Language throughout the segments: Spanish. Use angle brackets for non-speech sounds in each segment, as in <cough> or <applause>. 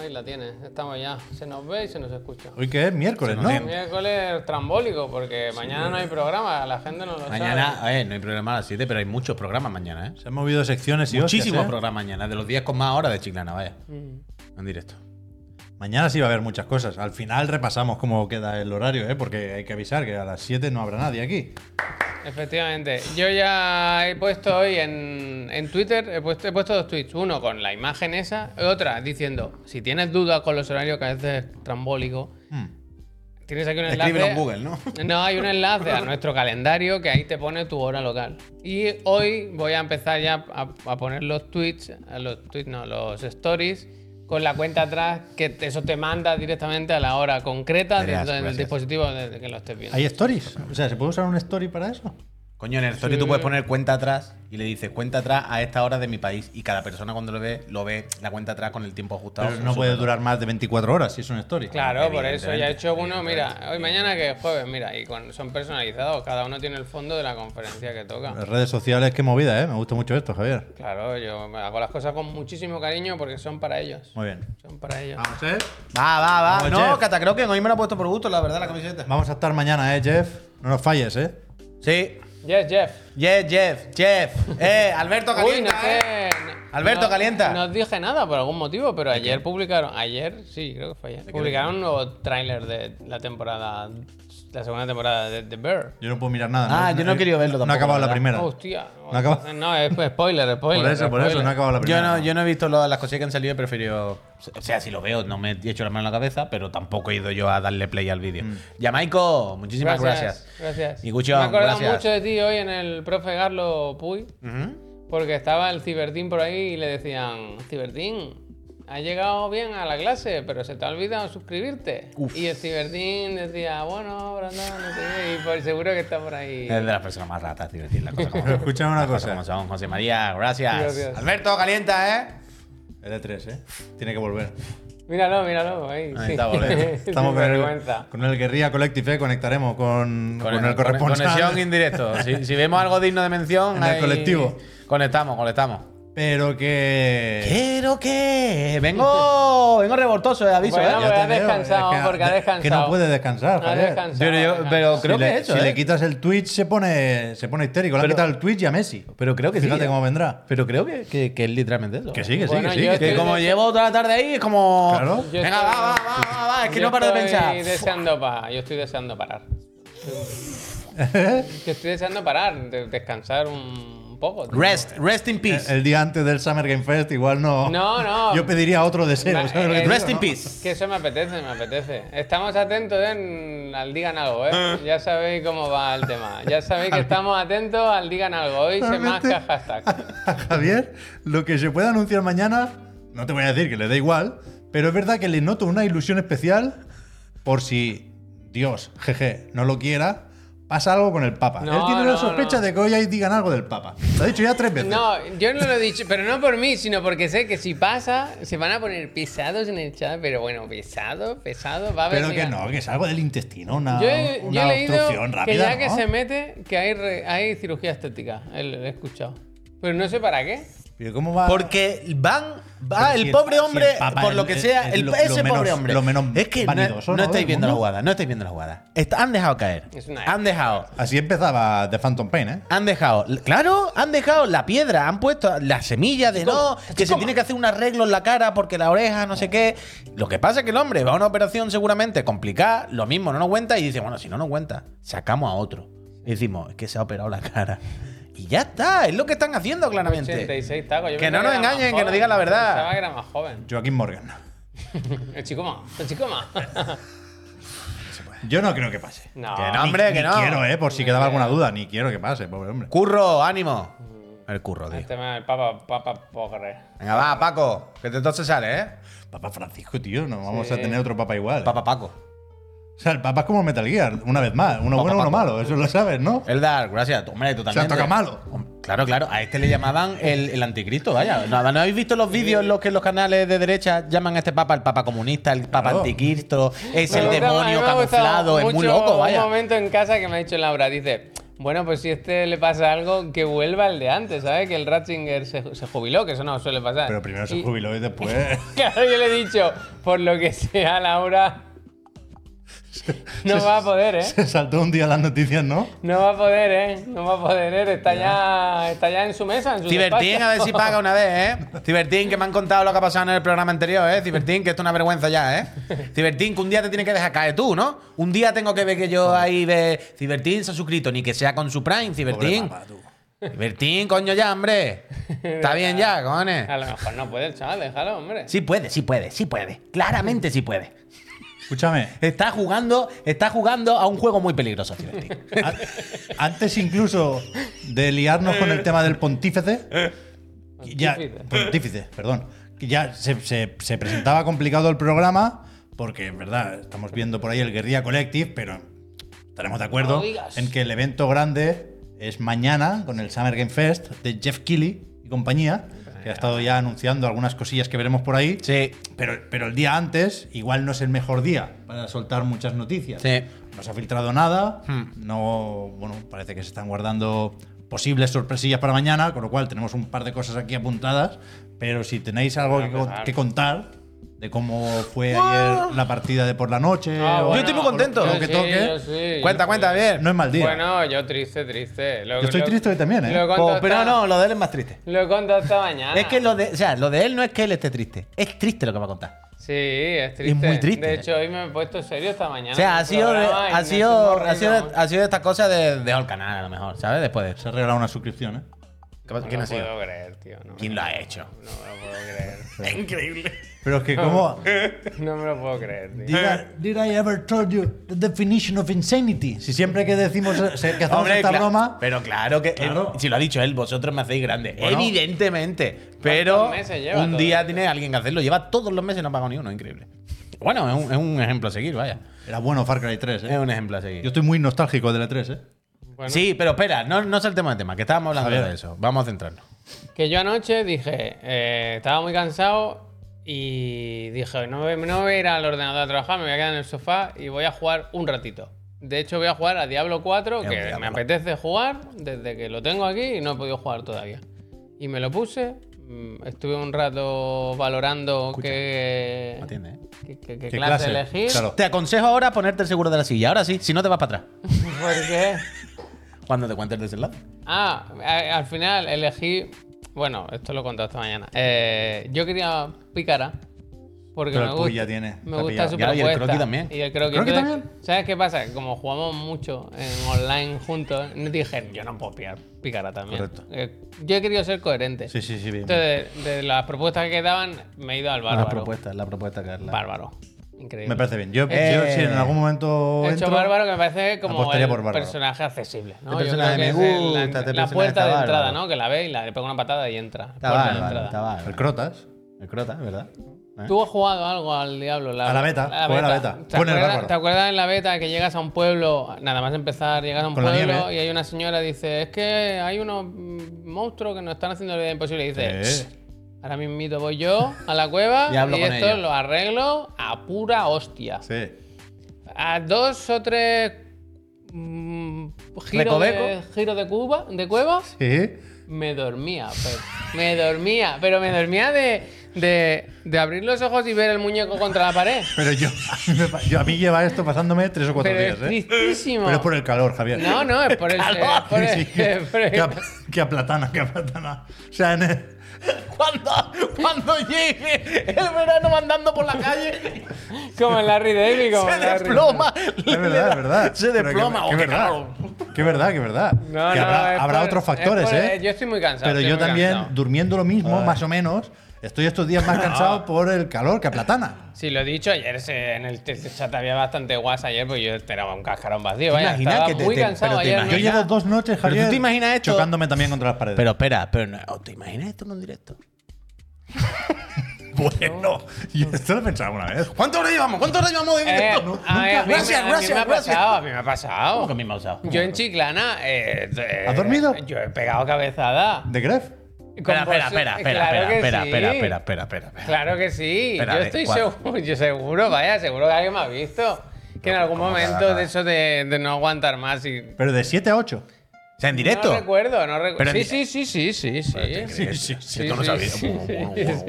ahí la tienes. Estamos ya. Se nos ve y se nos escucha. Hoy que es miércoles, ¿no? Miércoles trambólico, porque mañana no hay programa, la gente no lo Mañana, eh, no hay programa a las 7, pero hay muchos programas mañana, ¿eh? Se han movido secciones y Muchísimos hostias, ¿eh? programas mañana, de los 10 con más horas de Chiclana, vaya. En directo. Mañana sí va a haber muchas cosas. Al final repasamos cómo queda el horario, ¿eh? porque hay que avisar que a las 7 no habrá nadie aquí. sabe. Efectivamente. Yo ya he puesto hoy en, en Twitter, he puesto, he puesto dos tweets. Uno con la imagen esa, y otra diciendo, si tienes dudas con los horarios que a veces es trambólico, tienes aquí un enlace. Escríbelo Hmm. en Google, ¿no? <laughs> No, hay un enlace a nuestro calendario que ahí te pone tu hora local. Y hoy voy a empezar ya a, a poner los tweets, eh, los tweets no, los stories con la cuenta atrás que te- eso te manda directamente a la hora concreta de- Gracias, del gracias. dispositivo desde que lo estés viendo. ¿Hay stories? O sea, ¿se puede usar un story para eso? Coño, en el story tú puedes poner cuenta atrás y le dices cuenta atrás a esta hora de mi país. Y cada persona cuando lo ve, lo ve la cuenta atrás con el tiempo ajustado. Pero no puede durar más de 24 horas si es un story. Claro, por eso ya he Evidentemente, hecho uno, mira, hoy mañana que es jueves, mira, y con- son personalizados, cada uno tiene el fondo de la conferencia que toca. Las redes sociales, qué movida, ¿eh? Me gusta mucho esto, Javier. Claro, yo hago las cosas con muchísimo cariño porque son para ellos. Muy bien. Son para ellos. ¿eh? Va, va, va. Vamos, No, Jeff. Cata, creo que hoy me lo ha puesto por gusto, la verdad, la camiseta. Vamos a estar mañana, ¿eh, Jeff? No nos falles, ¿eh? Sí. Yes, Jeff. Jeff, Jeff, Jeff. Eh, Alberto Uy, no Calienta, eh. sé. Alberto, no- calienta. No os dije nada por algún motivo, pero ayer publicaron. Ayer, sí, creo que fue ayer. Publicaron un nuevo tráiler de la temporada. La segunda temporada de The Bear. Yo no puedo mirar nada. Ah, yo no he querido No verlo tampoco, ha acabado la ¿verdad? primera. Hostia. No acaba- No, es spoiler, spoiler. Por eso, por eso, spoiler. no ha acabado la Yo primera. no, yo no he visto lo- las cosillas que han salido y prefiero. O sea, si lo veo, no me he hecho la mano en la cabeza, pero tampoco he ido yo a darle play al vídeo. Mm. Yamaico, muchísimas gracias. Gracias. Y Guchón, Me he acordado gracias. mucho de ti hoy en el profe Garlo Puy. Porque estaba el Cibertín por ahí y le decían: Cibertín, has llegado bien a la clase, pero se te ha olvidado suscribirte. Y el Cibertín decía: Bueno, Brandon, no sé qué", Y por seguro que está por ahí. Es de las personas más ratas, tío, decir la cosa <laughs> como Pero son. escucha una Las <laughs> cosas cosa. como son. José María, gracias. Gracias. Alberto, calienta, ¿eh? L3, ¿eh? Tiene que volver. Míralo, míralo. Ahí, <laughs> Ahí sí. está, boludo. Estamos Sin con el, vergüenza. con el Guerrilla Collective, ¿eh? Conectaremos con, con el corresponsal. Conexión indirecto. Si, si vemos algo digno de mención. En el colectivo. Eh. Conectamos, conectamos. Pero que. Quiero que. <laughs> Vengo, vengo revoltoso, eh, aviso, Bueno, ¿eh? pues ha te veo, descansado, es que- porque ha descansado. Que no puede descansar, Ha Javier. descansado. Pero, yo- pero creo si que le, he hecho, si le ¿eh? quitas el Twitch se pone, se pone histérico. Le han Pero- quitado el Twitch y a Messi. Pero creo que sí, Fíjate ¿eh? cómo vendrá. Pero creo que, que- que es literalmente eso. Que sí, que sí, Bueno, que sí. yo que- Que estoy- como llevo toda la tarde ahí, es como. Claro. Yo Venga, estoy- va, va, va, va, va, Ah, Es que Yo no paro de estoy pensar. deseando pa- yo estoy deseando <laughs> parar. yo estoy deseando parar, de- descansar un poco. tío. Rest, rest Eh, in peace. El día antes del Summer Game Fest, igual no. No, no. Yo pediría otro deseo. Ma- ¿sabes lo que eh, te Rest digo, in no? peace. Que eso me apetece, me apetece. Estamos atentos en- al Digan Algo, Ah. ¿eh? Ya sabéis cómo va el tema. Ya sabéis que estamos atentos al Digan Algo. Hoy se Realmente, masca hashtag. a <laughs> Javier, lo que se pueda anunciar mañana, no te voy a decir que le da igual, pero es verdad que le noto una ilusión especial por si Dios, jeje, no lo quiera, pasa algo con el Papa. No, Él tiene no, la sospecha no. de que hoy ahí digan algo del Papa. Lo ha dicho ya tres veces. No, yo no lo he dicho, pero no por mí, sino porque sé que si pasa, se van a poner pesados en el chat, pero bueno, pesado, pesado, va a haber. pero que mira, no, que es algo del intestino, una, Yo he, yo una he leído obstrucción que ya rápida. que ¿no? se mete, que hay, re- hay cirugía estética, el- lo he escuchado. Pero no sé para qué. Pero ¿cómo va? Porque van. Va, Pero el, si el- pobre si hombre, el Papa por es- lo que es- sea, es el- lo- lo ese pobre menos- hombre. lo menos es que no- vanidoso, no, ¿no? estáis del viendo la mundo. jugada, no estáis viendo la jugada. Est- han dejado caer. Es una- Han dejado. Así empezaba The Phantom Pain, ¿eh? Han dejado, claro, han dejado la piedra, han puesto la semilla de no, que se tiene que hacer un arreglo en la cara porque la oreja, no sé qué. Lo que pasa es que el hombre va a una operación seguramente complicada, lo mismo, no nos cuenta y dice, bueno, si no nos cuenta, sacamos a otro. Y decimos, es que se ha operado la cara. Y ya está, es lo que están haciendo claramente. 86 tacos. yo Que no pensaba nos era más engañen, que joven, nos digan la verdad. Pensaba que era más joven. Joaquín Morgan. El chico más, el chico <laughs> más. Yo no creo que pase. No. Que no. Hombre, Ni- que ni no. quiero, ¿eh? Por si quedaba alguna duda, ni quiero que pase, pobre hombre. Curro, ánimo. El curro, tío. El tema del este papa, papa pobre. Venga, va, Paco, que te entonces sale, ¿eh? Papa Francisco, tío, no vamos Sí. a tener otro papa igual. ¿eh? Papa Paco. O sea, el papa es como Metal Gear, una vez más. Uno Papa Eh, bueno, uno Paco. malo, eso lo sabes, ¿no? Eldar, gracias. Hombre, totalmente. Se ha tocado malo. Hom- Claro, claro. A este le llamaban el, el anticristo, vaya. ¿No, no habéis visto los vídeos en los que los canales de derecha llaman a este papa el papa comunista, el papa Claro. anticristo? Es Me el gusta- a mí demonio me ha gustado camuflado, es muy mucho loco, Un vaya. momento en casa que me ha dicho Laura, dice, Bueno, pues si este le pasa algo, que vuelva el de antes, ¿sabes? Que el Ratzinger se, se jubiló, que eso no suele pasar. Pero primero se Y- jubiló y después <laughs> <laughs> Claro, yo le he dicho, por lo que sea, Laura, no va a poder, ¿eh? se saltó un día las noticias, ¿no? No va a poder, ¿eh? No va a poder, ¿eh? Está ya, está ya en su mesa, en su Cibertín, despacho. a ver si paga una <laughs> vez, ¿eh? Cibertín, que me han contado lo que ha pasado en el programa anterior, ¿eh? Cibertín, que esto es una vergüenza <laughs> ya, ¿eh? Cibertín, que un día te tiene que dejar caer tú, ¿no? Un día tengo que ver que yo ahí ve. Cibertín se ha suscrito, ni que sea con su Prime, Cibertín. Pobre papá, tú. Cibertín, coño, ya, hombre. <laughs> Está bien ya, <laughs> cojones. A lo mejor no puede, chaval, déjalo, hombre. Sí puede, sí puede, sí puede. Claramente sí puede. Escúchame, Está jugando, está jugando a un juego muy peligroso, Cibertín. <laughs> a- antes incluso de liarnos con el tema del pontífice, ya, Pontífice. pontífice, perdón, que ya se, se- se presentaba complicado el programa porque, en verdad, estamos viendo por ahí el Guerrilla Collective, pero estaremos de acuerdo No digas. en que el evento grande es mañana con el Summer Game Fest de Jeff Keighley y compañía, que ha estado ya anunciando algunas cosillas que veremos por ahí. Sí. Pero, pero el día antes igual no es el mejor día para soltar muchas noticias. Sí. No se ha filtrado nada. Hmm. No, bueno, parece que se están guardando posibles sorpresillas para mañana, con lo cual tenemos un par de cosas aquí apuntadas. Pero si tenéis algo Para que, con- empezar. que contar de cómo fue ayer la partida de por la noche, Ah, o- bueno, Yo estoy muy contento. o yo lo que sí, toque, yo sí, Cuenta, yo cuenta, sí. bien. no es mal día. Bueno, yo triste, triste. Lo- Yo estoy lo- triste hoy también, ¿eh? Lo he contado Oh, Pues, pero esta- no, lo de él es más triste. Lo he contado esta mañana. Ah. Es que lo de, o sea, lo de él no es que él esté triste. Es triste lo que va a contar. Sí, es triste. muy triste. De hecho, hoy me he puesto serio esta mañana. O sea, en ha el sido, de- programa y ha nos sido, hemos ha sido, reído. ha sido estas cosas de dejar el canal a lo mejor, ¿sabes? Después de Se eso. ha regalado una suscripción, ¿eh? ¿Qué pasa? No ¿Quién lo ha sido? puedo creer, tío. No, ¿Quién lo ha hecho? No me lo puedo creer. Increíble. Pero es que <laughs> como... Eh. No me lo puedo creer, tío. Did I, did I ever told you the definition of insanity? Si siempre que decimos eh, se- que hacemos esta cla- broma, pero claro que él- Claro. si lo ha dicho él, vosotros me hacéis grande. Bueno. Evidentemente. Pero meses lleva un todo día esto? tiene alguien que hacerlo. Lleva todos los meses y no ha pagado ni uno, increíble. Bueno, es un, es un ejemplo a seguir, vaya. era bueno Far Cry 3, ¿eh? Es un ejemplo a seguir. Yo estoy muy nostálgico de la 3, ¿eh? Bueno, Sí, pero espera, no, no saltemos de tema, que estábamos hablando Javier. de eso. Vamos a centrarnos. Que yo anoche dije, eh, estaba muy cansado y dije, no, voy- no voy a ir al ordenador a trabajar, me voy a quedar en el sofá y voy a jugar un ratito. De hecho, voy a jugar a Diablo 4, Es que un diablo. me apetece jugar desde que lo tengo aquí y no he podido jugar todavía. Y me lo puse, mm, estuve un rato valorando qué, Atiende, ¿eh? qué- qué- qué ¿Qué clase, clase? elegir. Claro. Te aconsejo ahora ponerte el seguro de la silla. Ahora sí, si no te vas <laughs> para atrás. <laughs> Porque, Cuando te cuentes el desenlace. ah, a- al final elegí, bueno, esto lo conté esta mañana. Eh, yo quería Pícara. Porque Pero me el gusta. Puy ya tiene. Me Está gusta pillado. su Ya, y el propuesta. croquis también. Y el croquis. ¿Croquis Entonces, también? ¿Sabes qué pasa? Como jugamos mucho en online juntos, dije, yo no puedo pillar picara también. Correcto. Eh, yo he querido ser coherente. Sí, sí, sí. bien. Entonces, de, de las propuestas que quedaban, me he ido al La bárbaro. propuesta, la propuesta, Carla. Bárbaro. <laughs> Increíble. Me parece bien. Yo, Eh. yo si en algún momento He hecho entro, bárbaro que me parece como apostaría el por bárbaro. personaje accesible. ¿no? Este Yo personaje creo que me es el- la- gusta, este la, personaje puerta de está entrada, bárbaro. ¿no? Que la ve y la, le pega una patada y pues entra. Puerta Está de bárbaro, entrada. está bárbaro. El Crotas. El crota, es ¿verdad? ¿Eh? ¿Tú has jugado algo al Diablo? A la beta, jugué a la beta. ¿Te Con el acuerdas, bárbaro. ¿Te acuerdas en la beta que llegas a un pueblo, nada más empezar, llegas a un Con la pueblo nieve. y hay una señora dice, es que hay unos mm, monstruos que nos están haciendo la vida imposible? Y dices, Sí. ahora mismito voy yo a la <laughs> cueva Y hablo y con esto ellos". lo arreglo a pura hostia. Sí. A dos o tres mm, giros de, Recoveco. giro de, cuba, de cueva Sí. me dormía, pero, me dormía, pero me dormía de, de, de abrir los ojos y ver el muñeco contra la pared. Pero yo <laughs> a, mí me pa- yo- a mí lleva esto pasándome tres o cuatro Pero es días, ¿eh? tristísimo. Pero es por el calor, Javier. No, no, es <laughs> por el. es por el- Sí, sí, que, es <laughs> por el- que ap- que aplatana, que aplatana. O sea, en el- <laughs> Cuando, cuando llegue el verano andando por la calle, como en Larry <laughs> David, como en Larry. es verdad, es verdad. Se Pero que- desploma, que oh, es qué verdad. Que es verdad, que es verdad. No, que no, habrá, es habrá por- otros es factores, por- ¿eh? Yo estoy muy cansado. Pero estoy yo muy también, cansado. durmiendo lo Ah. mismo, más o menos, estoy estos días <laughs> más cansado por el calor que aplatana. Sí, lo he dicho, ayer se- en el te- chat había bastante guas ayer, pues yo esperaba un cascarón vacío. ¿Te Vaya, imaginas estaba que te- muy te- cansado pero te ayer. imaginas- Yo ¿no? llevo dos noches, Pero tú Javier, te imaginas esto- chocándome también contra las paredes. Pero espera, pero no, ¿te imaginas esto en un directo? <laughs> bueno, yo esto lo he pensado alguna vez. ¿Cuánto hora llevamos? ¿Cuánto hora llevamos de Eh, directo? a ver, a mí me- Gracias, a mí gracias, me ha gracias. pasado, a mí me ha pasado. ¿Cómo que a mí me ha pasado? Yo en Chiclana. eh, eh, ¿Has dormido? Yo he pegado cabezada. ¿De Gref? Con Espera, espera, vos- espera, espera, claro espera, que espera, sí. espera, espera, espera, espera, espera. Claro que sí. Espera, a yo ver, estoy ¿cuál? seguro, <laughs> yo seguro, vaya, seguro que alguien me ha visto. Que en algún ¿cómo que momento nada? de eso de, de no aguantar más y. Pero de 7 a 8. O sea, en directo. No recuerdo, no Pero recuerdo. Sí, en sí, sí, sí, sí, sí. Sí, sí, sí, sí, tú no sí, sabías. sí,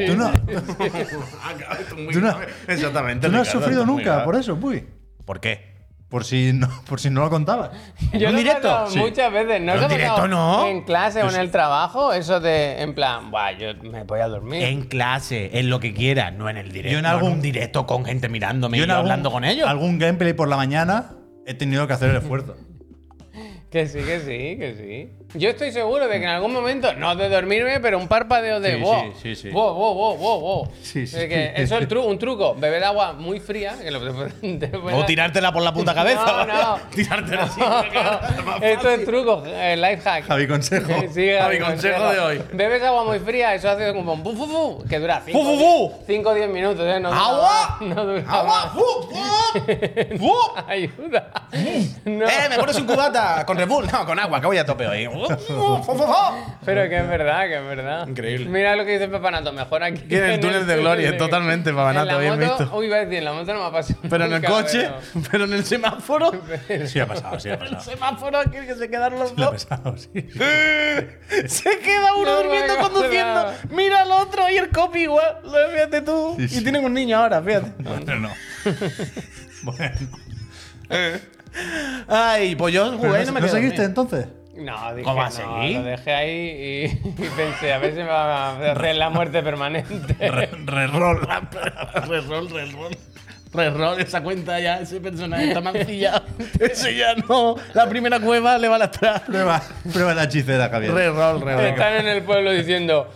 Tú <laughs> no, Tú no- grave. Exactamente. tú no has sufrido nunca por eso, Puy. ¿Por qué? Por si no, por si no lo contabas. Yo ¿En lo he directo? pasado Sí. muchas veces. ¿No Pero os en ha pasado directo no. En clase o en el trabajo, eso de, en plan, Buah, yo me voy a dormir. En clase, en lo que quiera, no en el directo. Yo en no algún- un directo con gente mirándome y Yo en yo algún- hablando con ellos. Algún gameplay por la mañana he tenido que hacer el <laughs> esfuerzo. Que sí, que sí, que sí. Yo estoy seguro de que en algún momento, no de dormirme, pero un parpadeo de Sí, wow, sí, sí, sí. wow, wow, wow, wow, wow". Sí, sí. Es que eso es el tru- un truco, beber agua muy fría. Que lo, O tirártela por la puta cabeza. No, no. <laughs> Tirártela así. <laughs> Esto es truco, el life hack. Javi Consejo. <laughs> Sí, Javi, consejo de hoy. Bebes agua muy fría, eso hace como un fu, fu, fu, que dura ¡Fu, fu, fu! 5 o 10 minutos. ¿eh? No dura ¡Agua! más, <laughs> No dura ¡Agua! más. ¡Fu! ¡Fu! <laughs> ¡Fu! Ayuda. No. ¡Eh, me pones un cubata con Red Bull! No, con agua, que voy a tope hoy. ¡Fu, fu, fu, fu! Pero que es verdad, que es verdad. Increíble. Mira lo que dice Papanato, mejor aquí. en el túnel de Gloria, túnel de- totalmente, Papanato, En la bien moto- visto. Uy, iba a decir, en la moto no me ha pasado. Pero en el nunca, coche, pero- <laughs> pero en <laughs> el semáforo. Sí ha pasado, sí ha El pasado. semáforo aquí que se quedaron los Sí ha dos. pasado, sí. <laughs> Se queda uno No me durmiendo acordaba. conduciendo. Mira al otro y el copy igual. Lo- Fíjate tú. Sí, sí. Y tienen un niño ahora, fíjate. Bueno, no. Bueno. Ay, pues yo Pero jugué y no, no me no quedé seguiste dormido. entonces? No, dije, ¿Cómo va a no, seguir? lo dejé ahí y, <laughs> y pensé, a ver si me va a hacer la muerte <laughs> permanente. Re- Reroll. Reroll, reroll. Reroll, esa cuenta ya, ese personaje <laughs> está mancillado. Ese ya no. La primera cueva le va a lastrar. Prueba, prueba la hechicera, Javier. Reroll, reroll. Están en el pueblo diciendo,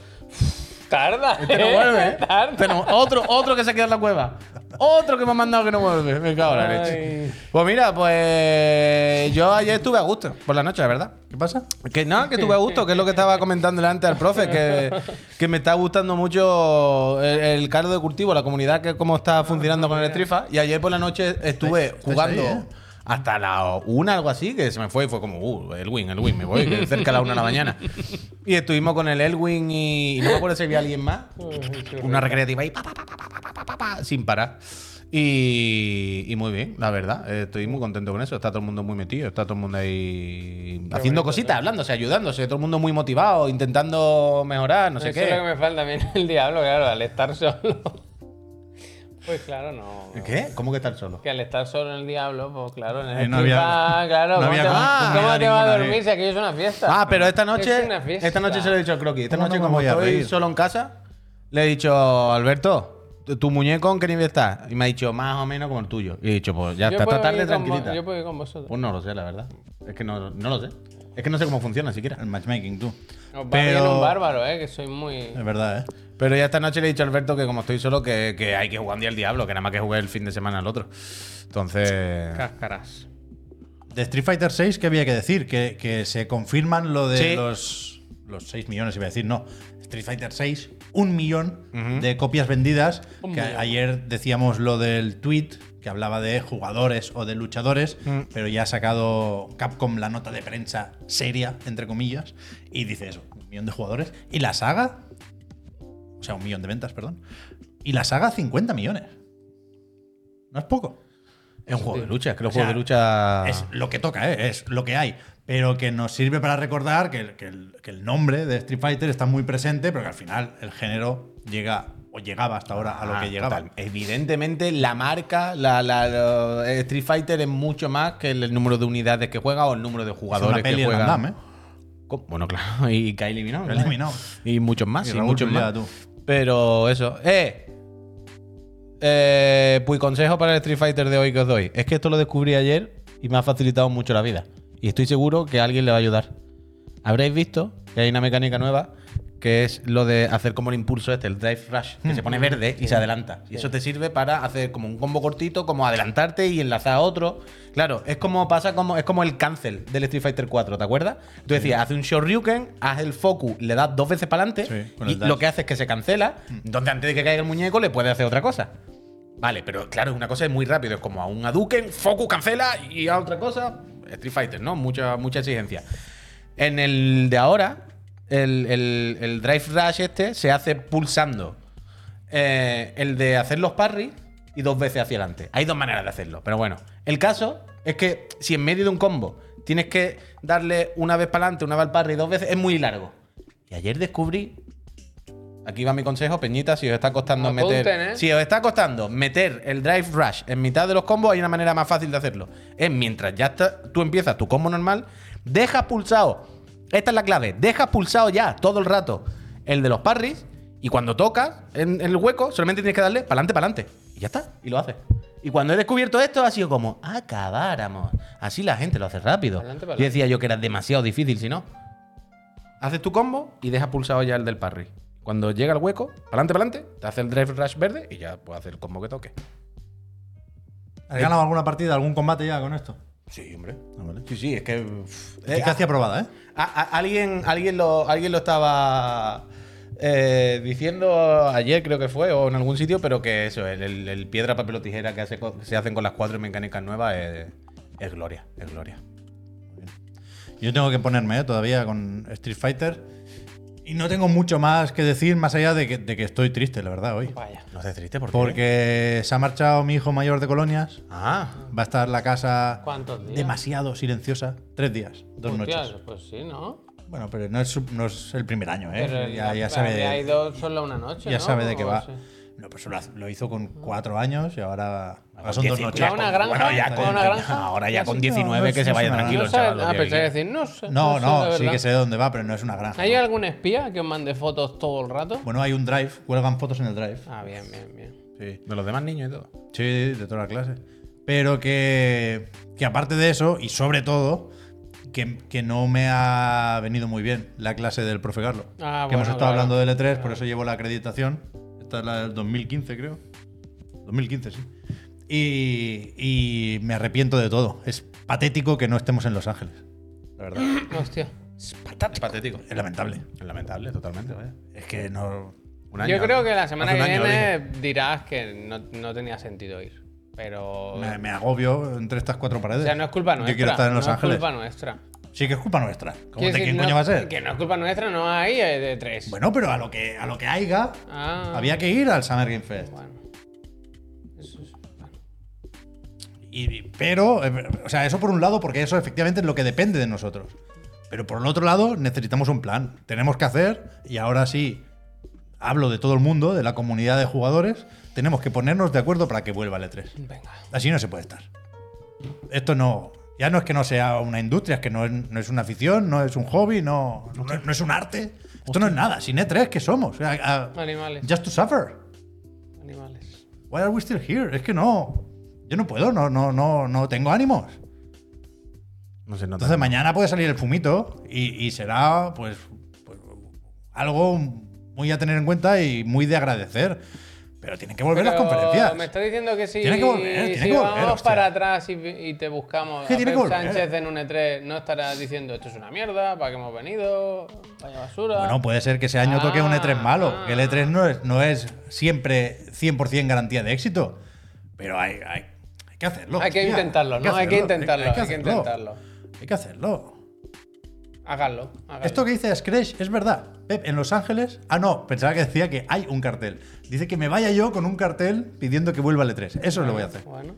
tarda, <laughs> Te no ¿eh? vuelve. ¿eh? Tarda. Te no- otro, otro que se ha quedado en la cueva. Otro que me ha mandado que no vuelve. Me cago en la Ay. leche. Pues mira, pues yo ayer estuve a gusto por la noche, la verdad. ¿Qué pasa? Que no, que estuve a gusto, que es lo que estaba comentando antes al profe, que, que me está gustando mucho el, el caldo de cultivo, la comunidad, que cómo está funcionando con el Estrifa. Y ayer por la noche estuve Estáis- estáis jugando ahí, ¿eh? hasta la una, algo así, que se me fue y fue como, uh, Elwin, Elwin, me voy, que cerca de la una de la mañana. Y estuvimos con el Elwin y, y no me acuerdo si había alguien más. Una recreativa ahí, pa, pa, pa, pa, pa, pa, pa, pa, pa, sin parar. Y, y muy bien, la verdad. eh, Estoy muy contento con eso. Está todo el mundo muy metido, está todo el mundo ahí haciendo cositas, hablándose, ayudándose. Todo el mundo muy motivado, intentando mejorar, no sé Eso qué. es lo que me falta a mí en el diablo, claro, al estar solo. <laughs> Pues claro, no. ¿Qué? ¿Cómo que estar solo? Que al estar solo en el diablo, pues claro, en el Eh, no FIFA, había- claro, no ¿cómo, había te, comunidad ¿cómo te vas a ninguna, dormir eh? si aquí es una fiesta? Ah, pero esta noche. Es una fiesta. Esta noche se lo he dicho al Croqui. Esta ¿Cómo noche, no me como voy a estoy reír? solo en casa, le he dicho, Alberto, tu- tu muñeco, ¿en qué nivel está? Y me ha dicho, más o menos como el tuyo. Y he dicho, pues ya Yo está, esta puedo tarde ir con vo- tranquilita. Yo puedo ir con vosotros. Pues no lo sé, la verdad. Es que no, no lo sé. Es que no sé cómo funciona siquiera. El matchmaking, tú. Os va bien Pero- un bárbaro, eh, que soy muy. Es verdad, ¿eh? Pero ya esta noche le he dicho a Alberto que como estoy solo, que, que hay que jugar un día al diablo, que nada más que jugué el fin de semana al otro. Entonces. Cáscaras. De Street Fighter 6, ¿qué había que decir? Que, que se confirman lo de Sí. los, los 6 millones, iba a decir, no. Street Fighter 6, un millón de copias vendidas. Un que millón. ayer decíamos lo del tweet que hablaba de jugadores o de luchadores, Mm. pero ya ha sacado Capcom la nota de prensa seria, entre comillas, y dice eso, un millón de jugadores. ¿Y la saga? O sea, un millón de ventas, perdón. Y la saga 50 millones. No es poco. Es un juego de lucha, es que los O sea, juegos de lucha. Es lo que toca, ¿eh? es lo que hay. Pero que nos sirve para recordar que el, que el- que el nombre de Street Fighter está muy presente, pero que al final el género llega o llegaba hasta ahora a lo Ah, que llegaba. total. Evidentemente, la marca, la, la- lo- Street Fighter es mucho más que el, número de unidades que juega o el número de Hizo jugadores una peli que en juega. Van Damme, ¿eh? ¿Cómo? Bueno, claro, <laughs> y Kylie Minogue. Kylie claro. Minogue. Y muchos más, Y y, Raúl muchos Juliá, más. tú. Pero eso, eh. Eh, pues consejo para el Street Fighter de hoy que os doy. Es que esto lo descubrí ayer y me ha facilitado mucho la vida. Y estoy seguro que a alguien le va a ayudar. Habréis visto que hay una mecánica nueva que es lo de hacer como el impulso este, el drive rush, Mm. que se pone verde y se adelanta. Y eso te sirve para hacer como un combo cortito, como adelantarte y enlazar a otro. Claro, es como pasa como es como el cancel del Street Fighter 4, ¿te acuerdas? Tú decías, hace un Shoryuken, haz el focus, le das dos veces para adelante Sí, con y el dash. Mm. lo que hace es que se cancela, entonces antes de que caiga el muñeco le puedes hacer otra cosa. Vale, pero claro, una cosa es muy rápido, es como a un Hadouken, focus, cancela y a otra cosa, Street Fighter, ¿no? Mucha mucha exigencia. En el de ahora, el, el- el drive rush este se hace pulsando. eh, el de hacer los parries y dos veces hacia adelante. Hay dos maneras de hacerlo, pero bueno. El caso es que si en medio de un combo tienes que darle una vez para adelante, una vez para y dos veces, es muy largo. Y ayer descubrí. Aquí va mi consejo, Peñita, si os está costando Apunten, meter. ¿eh? Si os está costando meter el drive rush en mitad de los combos, hay una manera más fácil de hacerlo. Es mientras ya está- tú empiezas tu combo normal, dejas pulsado. Esta es la clave. Dejas pulsado ya todo el rato el de los parries. Y cuando tocas en, en el hueco, solamente tienes que darle para adelante, para adelante. Y ya está. Y lo haces. Y cuando he descubierto esto, ha sido como, acabáramos. Así la gente lo hace rápido. Pa'lante, pa'lante. Yo decía yo que era demasiado difícil, si no. Haces tu combo y dejas pulsado ya el del parry. Cuando llega al hueco, pa'lante, pa'lante, te hace el drive rush verde y ya puedes hacer el combo que toque. ¿Has ganado alguna partida, algún combate ya con esto? Sí, hombre. Ah, Sí, sí, es que. uff, eh, Eficacia probada, ¿eh? a- a- alguien, alguien, lo, alguien lo estaba eh, diciendo ayer, creo que fue, o en algún sitio, pero que eso, el, el- el piedra, papel o tijera que hace co- que se hacen con las cuatro mecánicas nuevas es, es gloria, es gloria. Yo tengo que ponerme ¿eh? todavía con Street Fighter. Y no tengo mucho más que decir, más allá de que, de que estoy triste, la verdad, hoy. Vaya. No estés triste, ¿por qué? Porque se ha marchado mi hijo mayor de colonias. Ah, Va a estar la casa ¿Cuántos días? demasiado silenciosa. Tres días, dos Hostias, noches. Pues sí, ¿no? Bueno, pero no es, su- no es el primer año, ¿eh? Pero ya, la- ya Hay sabe, dos solo una noche. ya ¿no? sabe de qué O va. sí. No, pues lo, hace- lo hizo con cuatro años y ahora, ahora Ah, son con dos 10 noches. ¿Va a una granja? Bueno, ya ¿Va a con- una granja? ahora ya con No, 19 no que es- se no vaya es una tranquilo, No el sabe- chaval. lo ah, que pensé vive. decir, no sé. No, sé, <laughs> no, de sí verdad. que sé dónde va, pero no es una granja. ¿Hay algún espía que os mande fotos todo el rato? Bueno, hay un drive, cuelgan fotos en el drive. Ah, bien, bien, bien. Sí. De los demás niños y todo. Sí, de toda la clase. Pero que, que aparte de eso, y sobre todo, que, que no me ha venido muy bien la clase del profe Carlos. Ah, que bueno, hemos estado claro. hablando del E3, por eso llevo la acreditación. Esta es la del 2015, creo. 2015, sí. Y, y me arrepiento de todo. Es patético que no estemos en Los Ángeles. La <clears throat> verdad. Hostia. Es patético. Es lamentable. Es lamentable, totalmente, vaya. Es que no. Un Yo año. creo que la semana Hace que un año lo viene dije. dirás que no, no tenía sentido ir. Pero. Me, me agobio entre estas cuatro paredes. o sea, no es culpa nuestra. Yo quiero estar en Los no Ángeles. Es culpa nuestra. Sí, que es culpa nuestra. ¿Cómo Quiero te, decir, ¿Quién no- coño va a ser? Que no es culpa nuestra, no hay eh, de tres. Bueno, pero a lo que a lo que haya, Ah. había que ir al Summer Game Fest. Bueno. Eso es- bueno. Y- y- pero, eh, o sea, eso por un lado, porque eso efectivamente es lo que depende de nosotros. Pero por el otro lado, necesitamos un plan. Tenemos que hacer, y ahora sí hablo de todo el mundo, de la comunidad de jugadores, tenemos que ponernos de acuerdo para que vuelva el E E3. Venga. Así no se puede estar. Esto no. Ya no es que no sea una industria, es que no es, no es una afición, no es un hobby, no, no, no es un arte. Esto no es nada. Sin E3, ¿qué somos? A- a- Animales. Just to suffer. Animales. Why are we still here? Es que no. Yo no puedo, no, no, no, no tengo ánimos. No se nota. Entonces mañana puede salir el fumito y, y será pues, pues, algo muy a tener en cuenta y muy de agradecer. Pero tienen que volver las Pero conferencias. Me está diciendo que si, Tiene que volver, si tiene que volver, vamos hostia. para atrás y, y te buscamos Que a tiene Pep que volver. Sánchez en un E3, no estará diciendo esto es una mierda, para qué hemos venido, vaya basura. Bueno, puede ser que ese año toque un Ah, E3 malo. ah. Que el E3 no es, no es siempre 100% garantía de éxito. Pero hay, hay, hay que hacerlo. Hay que pues, hostia. intentarlo, ¿no? Hay que intentarlo, hay que hacerlo. intentarlo. Hay que hacerlo. háganlo, háganlo. Esto que dice Scratch es verdad. Pep, en Los Ángeles. Ah, no, pensaba que decía que hay un cartel. Dice que me vaya yo con un cartel pidiendo que vuelva el E3. Eso lo voy a hacer. Bueno,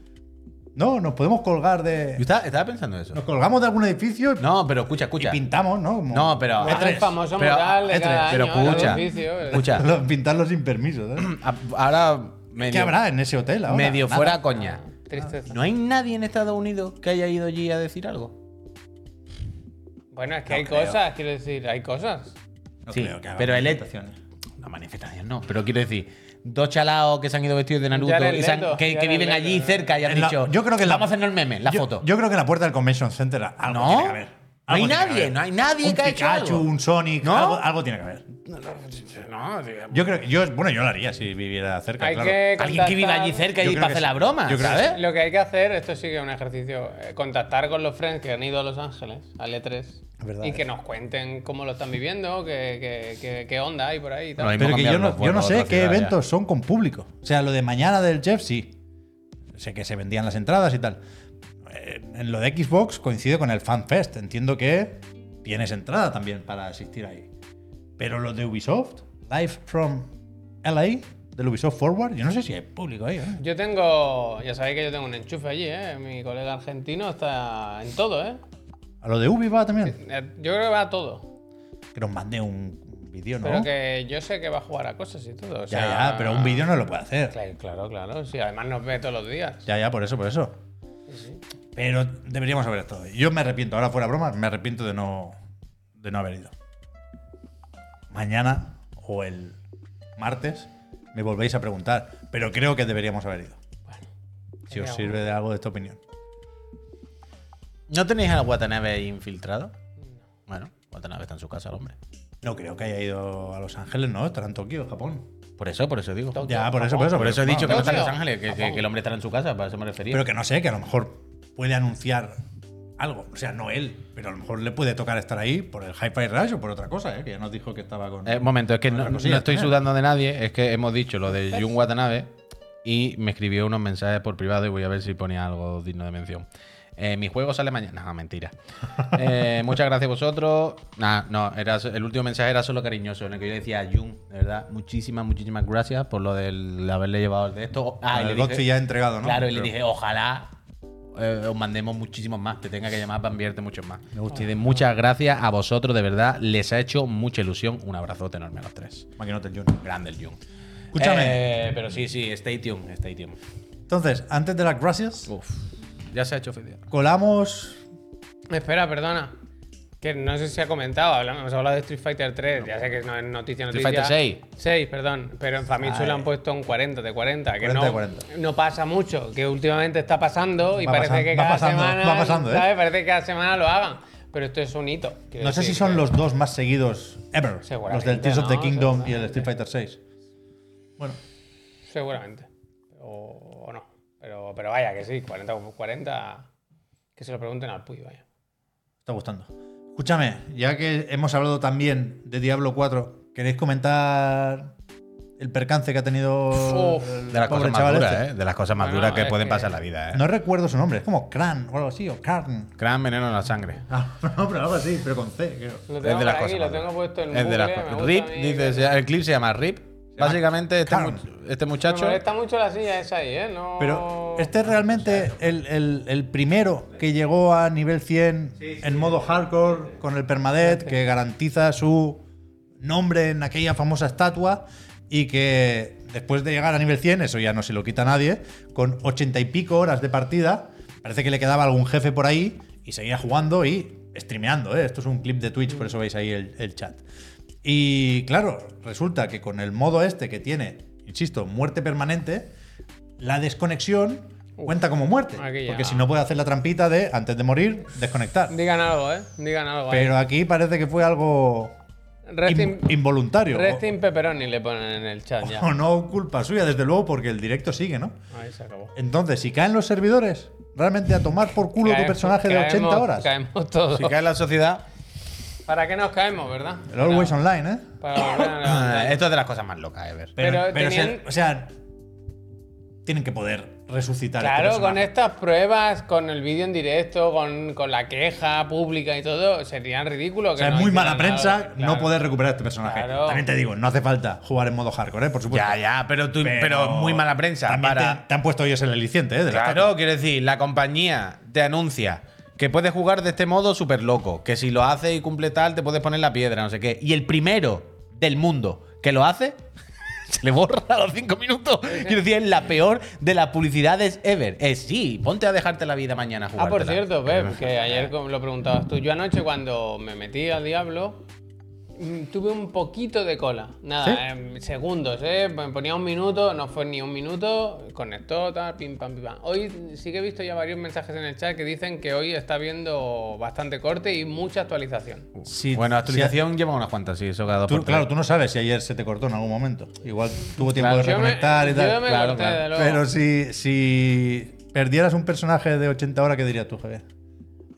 No, nos podemos colgar Yo de. estaba, estaba pensando eso. Nos colgamos de algún edificio No, pero escucha, escucha. y pintamos, ¿no? Como- E No, pero- Ah, E3. el <laughs> famoso Pero- mural de E3, cada pero año, escucha, el edificio, eh. el- escucha. <laughs> Pintarlo sin permiso. ¿sabes? A- Ahora medio, ¿eh? ¿Qué habrá en ese hotel ahora? medio Nada. fuera coña. Tristeza. ¿No hay nadie en Estados Unidos que haya ido allí a decir algo? Bueno, es que No hay creo. cosas, quiero decir, hay cosas. No Sí, creo que haga pero el- manifestaciones. No, manifestaciones no. Pero quiero decir, dos chalaos que se han ido vestidos de Naruto, Jared y se han- Leto, que, que Jared viven Leto, allí ¿no? cerca y han En la- dicho, yo creo que en la- vamos a hacernos el meme, la yo, foto. Yo creo que en la puerta del Convention Center algo ¿No? tiene que haber. No Algo hay tiene que nadie, haber. no hay nadie Un que haya hecho Pikachu, algo. un Sonic, ¿No? algo, algo tiene que haber. Yo creo que yo, bueno, yo lo haría si viviera cerca, Hay claro. que Alguien que viva allí contactar- cerca Yo y creo pase que la sí. broma, Yo creo que ¿sabes? Lo que hay que hacer, esto sí que es un ejercicio, eh, contactar con los friends que han ido a Los Ángeles, al E3, verdad, y eh. que nos cuenten cómo lo están viviendo, qué, qué- qué- qué onda hay por ahí y tal. No, hay- Pero que yo cambiarlo, no, yo bueno, no sé otra qué ciudad ya. eventos son con público. O sea, lo de mañana del Jeff sí. Sé que se vendían las entradas y tal. Eh, En lo de Xbox coincide con el FanFest. Entiendo que tienes entrada también para asistir ahí. Pero lo de Ubisoft, Live from LA, del Ubisoft Forward, yo no sé si hay público ahí. ¿eh? Yo tengo, ya sabéis que yo tengo un enchufe allí, ¿eh? Mi colega argentino está en todo, ¿eh? A lo de Ubi va también. Eh, Yo creo que va a todo. Que nos mande un vídeo, ¿no? Pero que yo sé que va a jugar a cosas y todo. o Ya, sea- ya, pero un vídeo no lo puede hacer. Claro, claro, claro. Sí, además nos ve todos los días. Ya, ya, por eso, por eso. Pero deberíamos haber estado. Yo me arrepiento, ahora fuera broma, me arrepiento de no, de no haber ido. Mañana o el martes me volvéis a preguntar, pero creo que deberíamos haber ido. si os Sería sirve de algo de esta opinión. ¿No tenéis al Watanabe infiltrado? Bueno, Watanabe está en su casa el hombre. No creo que haya ido a Los Ángeles, ¿no? Estará en Tokio, Japón. Por eso, por eso digo. Tokio, Ya, por eso, por eso. Por pero eso he bueno, dicho que no está en Tokio. Los Ángeles, que, que- que el hombre estará en su casa, para eso me refería. Pero que no sé, que a lo mejor puede anunciar algo. O sea, no él, pero a lo mejor le puede tocar estar ahí por el Hi-Fi Rush o por otra cosa, ¿eh? Que ya nos dijo que estaba con. Eh, momento, es que con no, otra cosilla ¿eh? no estoy también. sudando de nadie, es que hemos dicho lo de Jun Watanabe y me escribió unos mensajes por privado y voy a ver si ponía algo digno de mención. Eh, mi juego sale mañana. <laughs> No, mentira. Eh, muchas gracias a vosotros. Nah, no, era, el último mensaje era solo cariñoso, en el que yo le decía a Jun, de verdad, muchísimas, muchísimas gracias por lo del haberle llevado el de esto. Ah, el y le Gotzi dije- ya entregado, ¿no? Claro, y le Creo. dije, ojalá eh, os mandemos muchísimos más, te tenga que llamar para enviarte muchos más. Me gusta. Y de muchas gracias a vosotros, de verdad, les ha hecho mucha ilusión. Un abrazote enorme a los tres. Maquinote el Jun. Grande el Jun. Escúchame. Eh, pero sí, sí, stay tuned, stay tuned. Entonces, antes de las gracias, Uf, ya se ha hecho oficial. colamos. Espera, perdona. Que no sé si ha comentado, hablamos- hemos hablado de Street Fighter 3, ya sé que no es noticia, noticia. Street Fighter 6. 6, perdón. Pero en Famitsu le han puesto un 40 de 40, que 40 no, de 40. no pasa mucho, que últimamente está pasando y Va parece pasando, que va cada pasando, semana. va pasando, ¿eh? ¿sabes? Parece que cada semana lo hagan. Pero esto es un hito. Eh, quiero No sé si decir son que- los dos más seguidos ever. Seguramente, Los del Tears of the ¿no? Kingdom y el Street Fighter 6. Bueno, Seguramente. O, o no. Pero, pero vaya que sí, 40 o 40. Que se lo pregunten al Puy, vaya. está gustando. Escúchame, ya que hemos hablado también de Diablo 4, ¿queréis comentar el percance que ha tenido Uf. el De las pobre cosas más chaval duras, este? ¿eh? De las cosas más Bueno, duras que es pueden que- pasar en la vida, ¿eh? No recuerdo su nombre, es como Cran o algo así, o Carn. Gran veneno en la sangre. Ah, <laughs> no, pero algo así, pero con C, creo. Lo tengo Es de por las aquí, lo cosas. más tengo duras. puesto en Es de Google. las me cosas. gusta Rip, a mí, dice, me- o sea, el clip se llama Rip. Básicamente, este, Karen. much- este Me muchacho. molesta mucho la silla esa ahí, ¿eh? No... Pero este es realmente el, el- el primero que llegó a nivel 100 en modo hardcore con el permadeath que garantiza su nombre en aquella famosa estatua y que después de llegar a nivel 100, eso ya no se lo quita nadie, con ochenta y pico horas de partida, parece que le quedaba algún jefe por ahí y seguía jugando y streameando. ¿eh? Esto es un clip de Twitch, por eso veis ahí el, el chat. Y claro, resulta que con el modo este que tiene, insisto, muerte permanente, la desconexión cuenta como muerte. aquí ya. Porque si no puede hacer la trampita de, antes de morir, desconectar. Digan algo, ¿eh? Digan algo. ahí. Pero aquí parece que fue algo Rest in- in, involuntario. rest in pepperoni le ponen en el chat ya. <laughs> O, o no culpa suya, desde luego, porque el directo sigue, ¿no? Ahí se acabó. Entonces, si caen los servidores, realmente a tomar por culo tu Caemos- personaje de 80 caemos- horas. Caemos todos. Si cae la sociedad, ¿Para qué nos caemos, verdad? El Always Online, ¿eh? Para volver a Ah, levantar. Esto es de las cosas más locas, eh, Ever. Pero si- tenían- o sea, tienen que poder resucitar. a este Claro, con personaje. estas pruebas, con el vídeo en directo, con, con la queja pública y todo, sería ridículo. Que O sea, es no muy hicieran mala prensa algo, no claro. poder recuperar a este personaje. Claro. También te digo, no hace falta jugar en modo hardcore, ¿eh? por supuesto. Ya, ya, pero, tú- pero, muy mala prensa. También Para, te, te han puesto ellos el aliciente, ¿eh? De la Claro, quiero decir, la compañía te anuncia que puedes jugar de este modo súper loco, que si lo haces y cumple tal, te puedes poner la piedra, no sé qué. Y el primero del mundo que lo hace, <laughs> se le borra a los cinco minutos. Quiero decir, es la peor de las publicidades ever. Es sí, ponte a dejarte la vida mañana a Ah, por jugártela. Eh, cierto, <laughs> Pep, que ayer com- lo preguntabas tú. Yo anoche cuando me metí al diablo, mm, tuve un poquito de cola. Nada, em, segundos, ¿eh? Me ponía un minuto, no fue ni un minuto, conectó, tal, pim, pam, pim, pam. Hoy sí que he visto ya varios mensajes en el chat que dicen que hoy está habiendo bastante corte y mucha actualización. Si- bueno, si- actualización lleva unas cuantas, sí, eso cada dos Tú, por tres. claro, tú no sabes si ayer se te cortó en algún momento. Igual tuvo tiempo Claro. de yo reconectar me, y tal. Yo me Claro, corté, claro. de luego. Pero si, si perdieras un personaje de 80 horas, ¿qué dirías tú, Javier?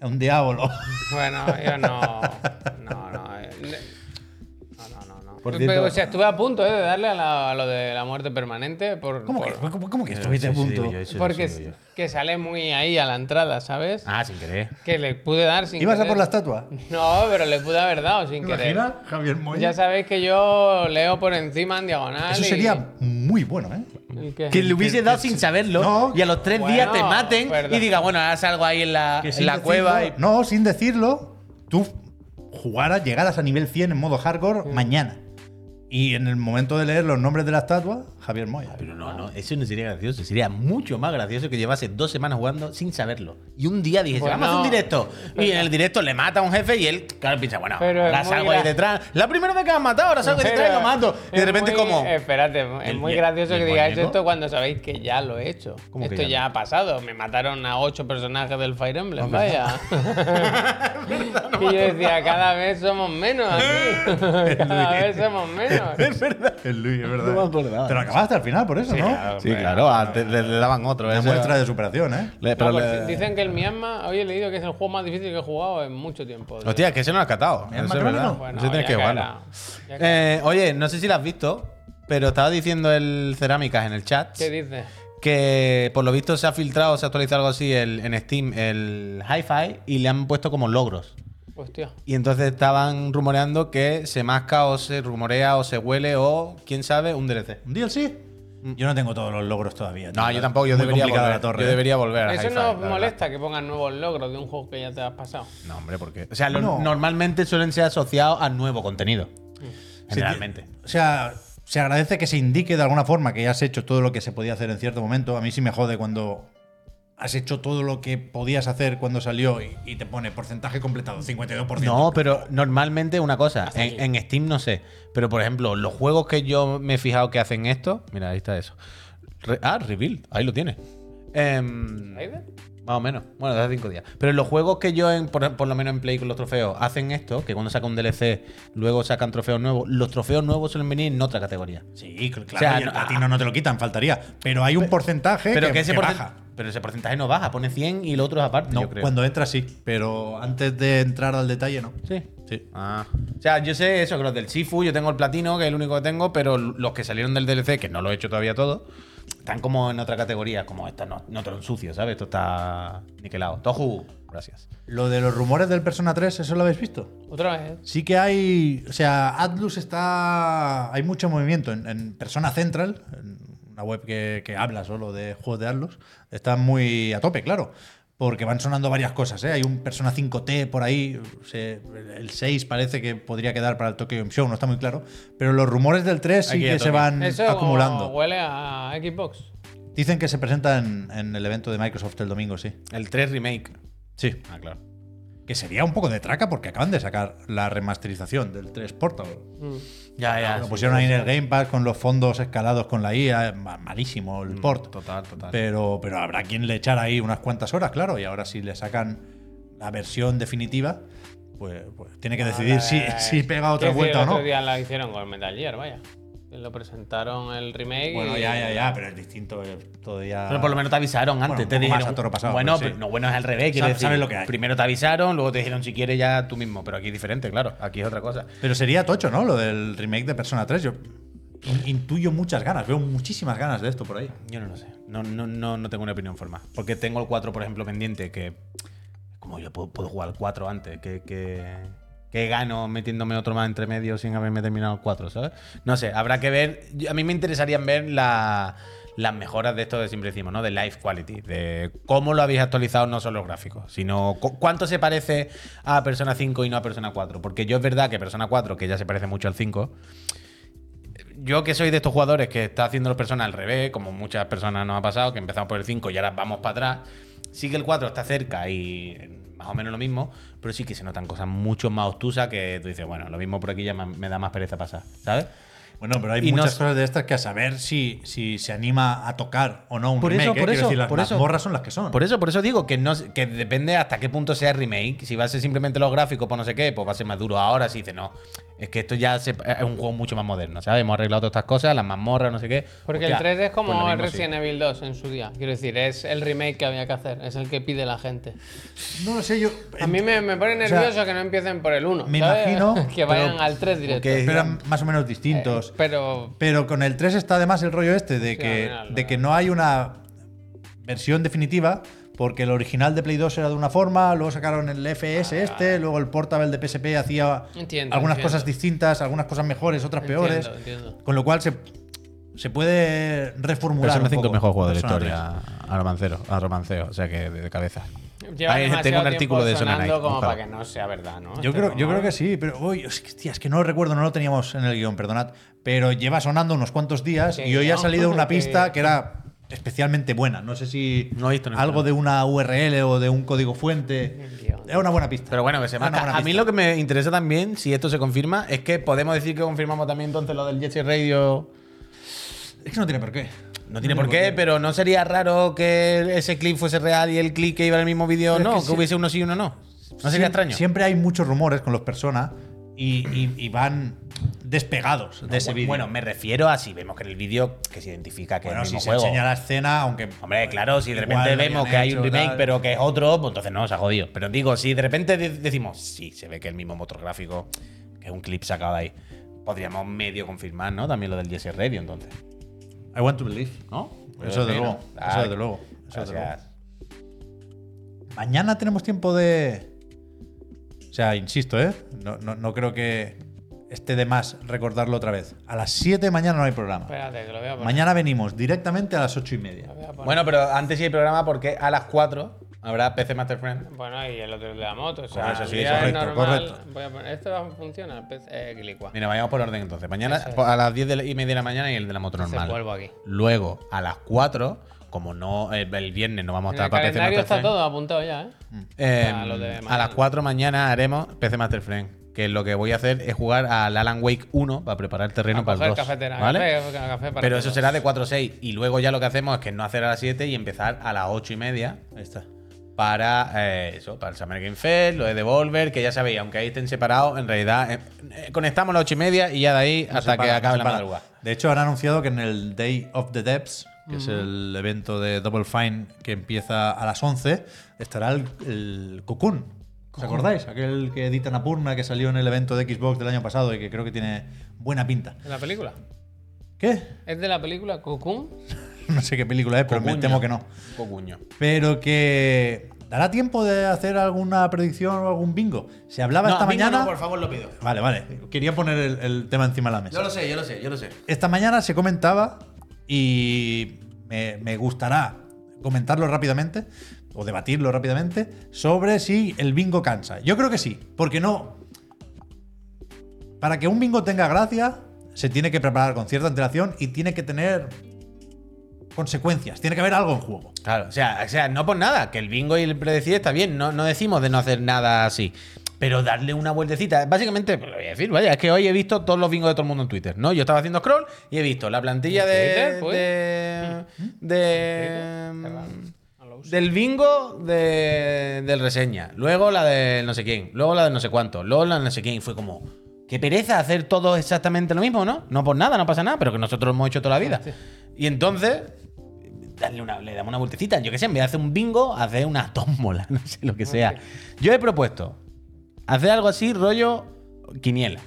Un diablo. <laughs> Bueno, yo no. No, no. eh, No, no, no. no. Por Pero, cierto- o sea, estuve a punto eh, de darle a, la- a lo de la muerte permanente por. ¿Cómo que, por- cómo, cómo que estuviste a Sí, sí, punto? digo yo, eso porque digo yo. s- que sale muy ahí a la entrada, ¿sabes? Ah, sin querer. Que le pude dar sin ¿Ibas a querer. por la estatua? No, pero le pude haber dado sin ¿Te querer. imaginas, Javier Moya? Ya sabéis que yo leo por encima en diagonal. Eso y- sería muy bueno, ¿eh? ¿Y qué? <laughs> Que le hubiese que- dado que- sin saberlo No. y a los tres Bueno, días te maten perdón. y diga, bueno, ahora salgo ahí en la, Que en sin la cueva y decirlo- No, sin decirlo, tú jugaras, llegaras a nivel 100 en modo hardcore mañana. Y en el momento de leer los nombres de la estatua, Javier <laughs> Moya. Pero no, no, eso no sería gracioso. Sería mucho más gracioso que llevase dos semanas jugando sin saberlo. Y un día dije, Pues vamos a hacer un no. directo. Y en el directo le mata a un jefe y él, claro, piensa, bueno, Pero ahora es muy salgo ahí gra- detrás. La primera vez que me han matado, ahora salgo ahí Pero detrás y lo mato. Y de es repente, muy- e- como. Espérate, es ¿El muy mie- gracioso el que digáis muñeco? esto cuando sabéis que ya lo he hecho. ¿Cómo que Esto ya ya ha pasado. Me mataron a ocho personajes del Fire Emblem, <laughs> vaya. y yo decía, cada vez somos menos <laughs> aquí. cada vez somos menos. El Luis, es verdad. No me acordaba. Te lo acabaste al final, por eso, ¿no? Sí, claro, antes le, le daban otro. Una ese- muestra de superación, ¿eh? le- No, pero por le- si- dicen que el Myanmar, hoy he leído que es el juego más difícil que he jugado en mucho tiempo. tío. Hostia, que ese no lo has catado. ¿Es Eso es Macron o verdad. no? Bueno, Ese tienes ya que jugarlo. caerá, ya caerá. Eh, oye, no sé si lo has visto, pero estaba diciendo el Cerámicas en el chat ¿Qué dices? que por lo visto se ha filtrado, se ha actualizado algo así el- en Steam, el Hi-Fi, y le han puesto como logros. Hostia. Y entonces estaban rumoreando que se masca o se rumorea o se huele o, quién sabe, un DLC. ¿Un DLC? Mm. Yo no tengo todos los logros todavía. No, tío. yo tampoco, yo Muy debería complicada volver. la torre. yo ¿eh? debería volver. a Eso Hi-Fi, la no os verdad. molesta que pongan nuevos logros de un juego que ya te has pasado. No, hombre, porque. O sea, lo- No. normalmente suelen ser asociados a nuevo contenido. Mm. Generalmente. O sea, se agradece que se indique de alguna forma que ya has hecho todo lo que se podía hacer en cierto momento. A mí sí me jode cuando has hecho todo lo que podías hacer cuando salió y, y te pone porcentaje completado, 52%. No, pero normalmente una cosa, en, en Steam no sé, pero por ejemplo, los juegos que yo me he fijado que hacen esto, mira, ahí está eso. Re- ah, Rebuild, ahí lo tiene. Em, ¿Raider? más o menos, bueno, de hace cinco días. Pero en los juegos que yo, en- por, por lo menos en Play con los trofeos, hacen esto, que cuando sacan un DLC, luego sacan trofeos nuevos, los trofeos nuevos suelen venir en otra categoría. Sí, cl- claro, O sea, y el no- platino no te lo quitan, faltaría. Pero hay un porcentaje Pero Eh, que, que, ese que porcen- baja. Pero ese porcentaje no baja, pone 100 y los otros aparte, No, yo creo. cuando entras sí, pero antes de entrar al detalle no. Sí. Sí. Ah. O sea, yo sé eso, que los del Shifu, yo tengo el platino, que es el único que tengo, pero los que salieron del DLC, que no lo he hecho todavía todo, están como en otra categoría, como esta no, no te lo ensucio, ¿sabes? Esto está niquelado. Tohu, gracias. Lo de los rumores del Persona 3, ¿eso lo habéis visto? Otra vez. Sí que hay, o sea, Atlus está, hay mucho movimiento en, en Persona Central, en una web que, que habla solo de juegos de Atlus, está muy a tope, claro, porque van sonando varias cosas, ¿eh? hay un Persona 5T por ahí, se- el 6 parece que podría quedar para el Tokyo Game Show, no está muy claro, pero los rumores del 3 sí Aquí que a se tope. van Eso Mm, acumulando. huele a Xbox. Dicen que se presenta en, en el evento de Microsoft el domingo, sí. El 3 Remake. Sí. Ah, claro. Que sería un poco de traca porque acaban de sacar la remasterización del 3 Portable. Ya, Lo ya. Ah, sí. pusieron ahí en el Game Pass con los fondos escalados con la IA, ma- malísimo el port. Mm, Total, total. Pero, pero habrá quien le echara ahí unas cuantas horas, claro, y ahora si le sacan la versión definitiva, pues, pues tiene que decidir si, eh, si pega otra vuelta o no. Otro día la hicieron con el Metal Gear, vaya. Que Lo presentaron el remake. Bueno, y- ya, ya, ya, pero es distinto, eh, todavía... Pero por lo menos te avisaron Bueno, antes. te un poco más dijeron, a toro pasado, bueno, pero sí. pero no, bueno es al revés. quiero Sabes- decir, sabes lo que hay. Primero te avisaron, luego te dijeron si quieres ya tú mismo. Pero aquí es diferente, claro. Aquí es otra cosa. Pero sería tocho, ¿no? Lo del remake de Persona 3, yo in- intuyo muchas ganas, veo muchísimas ganas de esto por ahí. Yo no lo sé. No, no, no, no tengo una opinión formada. Porque tengo el 4, por ejemplo, pendiente, que. Como yo puedo, puedo jugar al 4 antes, que, que, que gano metiéndome otro más entre medio sin haberme terminado el 4, ¿sabes? No sé, habrá que ver. Yo- A mí me interesarían ver la- las mejoras de esto de siempre decimos, ¿no? De life quality, de cómo lo habéis actualizado, no solo los gráficos, sino cu- cuánto se parece a Persona 5 y no a Persona 4. Porque yo es verdad que Persona 4, que ya se parece mucho al 5, yo que soy de estos jugadores que está haciendo las personas al revés, como muchas personas nos ha pasado, que empezamos por el 5 y ahora vamos para atrás. Sí que el 4 está cerca y más o menos lo mismo, pero sí que se notan cosas mucho más obtusas que tú dices, bueno, lo mismo por aquí ya me- me da más pereza pasar, ¿sabes? Bueno, pero hay Y no muchas s- cosas de estas que a saber si, si se anima a tocar o no un Por eso, remake. ¿eh? por Quiero eso, decir, las por eso. mazmorras son las que son. Por eso, por eso digo que no que depende hasta qué punto sea remake. Si va a ser simplemente los gráficos por no sé qué, pues va a ser más duro. Ahora sí dice, no. Es que esto ya se- es un juego mucho más moderno, ¿sabes? Hemos arreglado todas estas cosas, las mazmorras, no sé qué. Porque Hostia, el 3 es como pues lo el mismo sí. Resident Evil 2 en su día. Quiero decir, es el remake que había que hacer, es el que pide la gente. No lo sé, yo. A mí me, me pone o sea, nervioso que no empiecen por el 1. me ¿sabes? imagino, <laughs> que vayan pero- al 3 directo. Que eran más o menos distintos. Eh, pero pero con el 3 está además el rollo este de, Sí, que, al final, de que al no hay una versión definitiva. Porque el original de Play 2 era de una forma, luego sacaron el FS este, luego el Portable de PSP hacía Ah, Entiendo, algunas entiendo. cosas distintas, algunas cosas mejores, otras Entiendo, peores. entiendo. Con lo cual se se puede reformular. Persona un 5 poco. mejor juego de la Persona historia a romancero, a romanceo, o sea que de, de cabeza. Lleva demasiado Ahí tengo un tiempo artículo de Sonar sonando Knight, como búscalo. para que no sea verdad, ¿no? 3. Yo creo, yo creo que sí, pero hoy, es que, tía, es que no lo recuerdo, no lo teníamos en el guión, perdonad. Pero lleva sonando unos cuantos días Sí, y hoy ha ¿no? salido eh, una Que- pista que era especialmente buena. No sé si No he visto ninguna. algo de una URL o de un código fuente. El guión. Era una buena pista. Pero bueno, que se Era una marca. buena a mí pista. lo que me interesa también, si esto se confirma, es que podemos decir que confirmamos también entonces lo del Jesse Radio. Es que no tiene por qué. No tiene por qué, pero no sería raro que ese clip fuese real y el clip que iba en el mismo vídeo Pero es no, que que, sí. hubiese uno sí y uno no. No Siem- sería extraño. Siempre hay muchos rumores con los personas y, y- y van despegados de ese vídeo. Bueno, me refiero a si vemos que en el vídeo que se identifica que Bueno, es el si mismo se juego. enseña la escena, aunque. Pues Hombre, claro, si de igual repente lo hayan vemos que hay un hecho, remake, tal. pero que es otro, pues entonces no, se ha jodido. Pero digo, si de repente de- decimos, sí, se ve que el mismo motor gráfico, que es un clip sacado de ahí, podríamos medio confirmar, ¿no? También lo del Jesse Radio, entonces, I want to believe. ¿no? Eso desde Sí, luego. ¿no? Eso Dale. desde luego. Eso desde luego. Gracias. Mañana tenemos tiempo de. O sea, insisto, ¿eh? No, no- no creo que esté de más recordarlo otra vez. A las 7 mañana no hay programa. Espérate, que lo voy a poner. Mañana venimos directamente a las 8 y media. Lo voy a poner. Bueno, pero antes sí el programa porque a las 4 habrá PC Master Friend. Bueno, y el otro de la moto. O sea, Correcto, el sí, día correcto, es normal. correcto. Voy a poner, esto va a funcionar, pez- eh, Glicua. Mira, vayamos por orden entonces. Mañana Eso es. a las 10 de la- y media de la mañana y el de la moto Entonces normal. vuelvo aquí. Luego, a las 4, como no el, el viernes no vamos a En estar el para PC calendario Master está Friend, todo apuntado ya, ¿eh? eh, Ah, lo de a mañana. las 4 mañana haremos PC Master Friend. Que lo que voy a hacer es jugar al Alan Wake 1 para preparar el terreno A para coger el 2. cafetera, ¿vale? café, café, café para Pero eso todos. será de 4 a 6. Y luego ya lo que hacemos es que no hacer a las 7 y empezar a las 8 y media Ahí está. para eh, eso, para el Summer Game Fest, lo de Devolver, que ya sabéis, aunque ahí estén separados, en realidad eh, eh, conectamos a las 8 y media y ya de ahí hasta se que para, acabe no se la para. madrugada. De hecho, han anunciado que en el Day of the Depths, que es el evento de Double Fine que empieza a las 11, estará el, el Cocoon. ¿Os acordáis? Aquel que edita Napurna que salió en el evento de Xbox del año pasado y que creo que tiene buena pinta. ¿De la película? ¿Qué? ¿Es de la película Cocoon? No sé qué película es, pero me Cocuño. temo que no. Cocuño. Pero que. ¿Dará tiempo de hacer alguna predicción o algún bingo? Se hablaba esta a mí no, mañana. no, por favor, lo pido. Vale, vale. Quería poner el, el tema encima de la mesa. Yo lo sé, yo lo sé, yo lo sé. Esta mañana se comentaba y me, me gustará comentarlo rápidamente o debatirlo rápidamente sobre si el bingo cansa. Yo creo que sí, porque no. Para que un bingo tenga gracia, se tiene que preparar con cierta antelación y tiene que tener consecuencias, tiene que haber algo en juego. Claro, o sea, o sea, no por nada, que el bingo y el predecir está bien, no, no decimos de no hacer nada así. Pero darle una vueltecita, básicamente, pues, lo voy a decir, vaya, es que hoy he visto todos los bingos de todo el mundo en Twitter, ¿no? Yo estaba haciendo scroll y he visto la plantilla ¿En de. Twitter, pues? de- Em, ¿En Twitter? de- No lo uso. del bingo de, del reseña, luego la de no sé quién, luego la de no sé cuánto, luego la de no sé quién, y fue como, qué pereza hacer todo exactamente lo mismo, ¿no? No por nada, no pasa nada, pero que nosotros lo hemos hecho toda la vida. Y entonces, darle una, le damos una vueltecita, yo qué sé, en vez de hacer un bingo, hacer una tómbola, <laughs> no sé lo que sea. Yo he propuesto hacer algo así, rollo quiniela,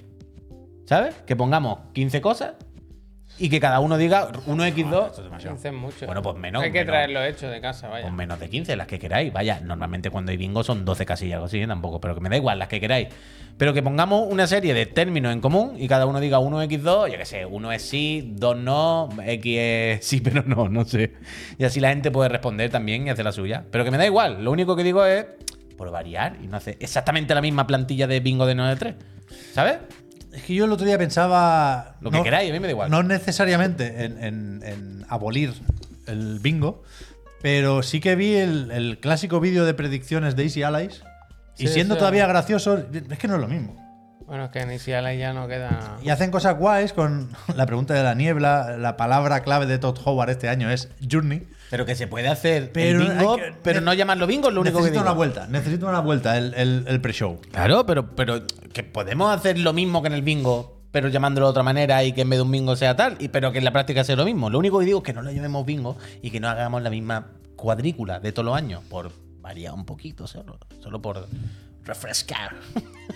¿sabes? Que pongamos 15 cosas y que cada uno diga 1x2. 15 es mucho. Bueno, pues menos, Hay que menos. Pues traerlo hecho de casa, vaya. Con menos de 15, las que queráis. Vaya, normalmente cuando hay bingo son 12 casillas, algo así, ¿eh? tampoco, pero que me da igual, las que queráis. Pero que pongamos una serie de términos en común y cada uno diga 1x2, yo qué sé, uno es sí, dos no, x es sí, <laughs> pero no, no sé. Y así la gente puede responder también y hacer la suya. Pero que me da igual, lo único que digo es por variar y no hacer exactamente la misma plantilla de bingo de 9 de 3. ¿Sabes? Es que yo el otro día pensaba. Lo que queráis, a mí me da igual. No necesariamente en, en- en abolir el bingo, pero sí que vi el, el clásico vídeo de predicciones de Easy Allies. Y Sí, siendo sí. todavía gracioso, es que no es lo mismo. Bueno, es que en Isiala ya no queda. Y hacen cosas guays con <laughs> la pregunta de la niebla. La palabra clave de Todd Howard este año es Journey. Pero que se puede hacer Pero el bingo, hay que- pero ne- no llamarlo bingo, es lo único que necesito digo. una vuelta, necesito una vuelta el, el- el pre-show. Claro, pero, pero que podemos hacer lo mismo que en el bingo, pero llamándolo de otra manera y que en vez de un bingo sea tal, y, pero que en la práctica sea lo mismo. Lo único que digo es que no lo llamemos bingo y que no hagamos la misma cuadrícula de todos los años, por variar un poquito, solo, solo por refrescar.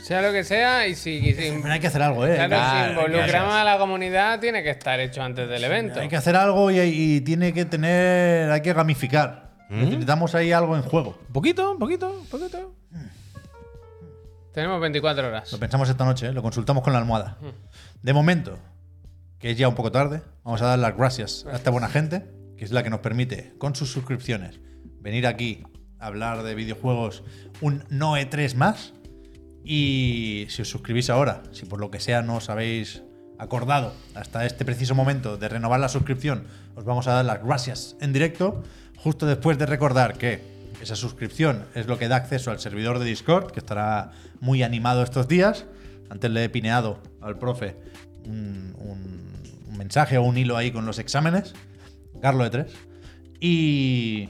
Sea lo que sea, y si, y si- Pero hay que hacer algo, ¿eh? claro, claro, si involucramos a la comunidad, tiene que estar hecho antes del evento. Hay que hacer algo y, y tiene que tener. Hay que gamificar. Mm. Necesitamos ahí algo en juego. Un poquito, un poquito, un poquito. Tenemos 24 horas. Lo pensamos esta noche, ¿eh? lo consultamos con la almohada. De momento, que es ya un poco tarde. Vamos a dar las gracias a esta buena gente, que es la que nos permite, con sus suscripciones, venir aquí a hablar de videojuegos un Noe 3 más. Y si os suscribís ahora, si por lo que sea no os habéis acordado hasta este preciso momento de renovar la suscripción, os vamos a dar las gracias en directo, justo después de recordar que esa suscripción es lo que da acceso al servidor de Discord, que estará muy animado estos días. Antes le he pineado al profe un, un- un mensaje o un hilo ahí con los exámenes. Carlo de 3. Y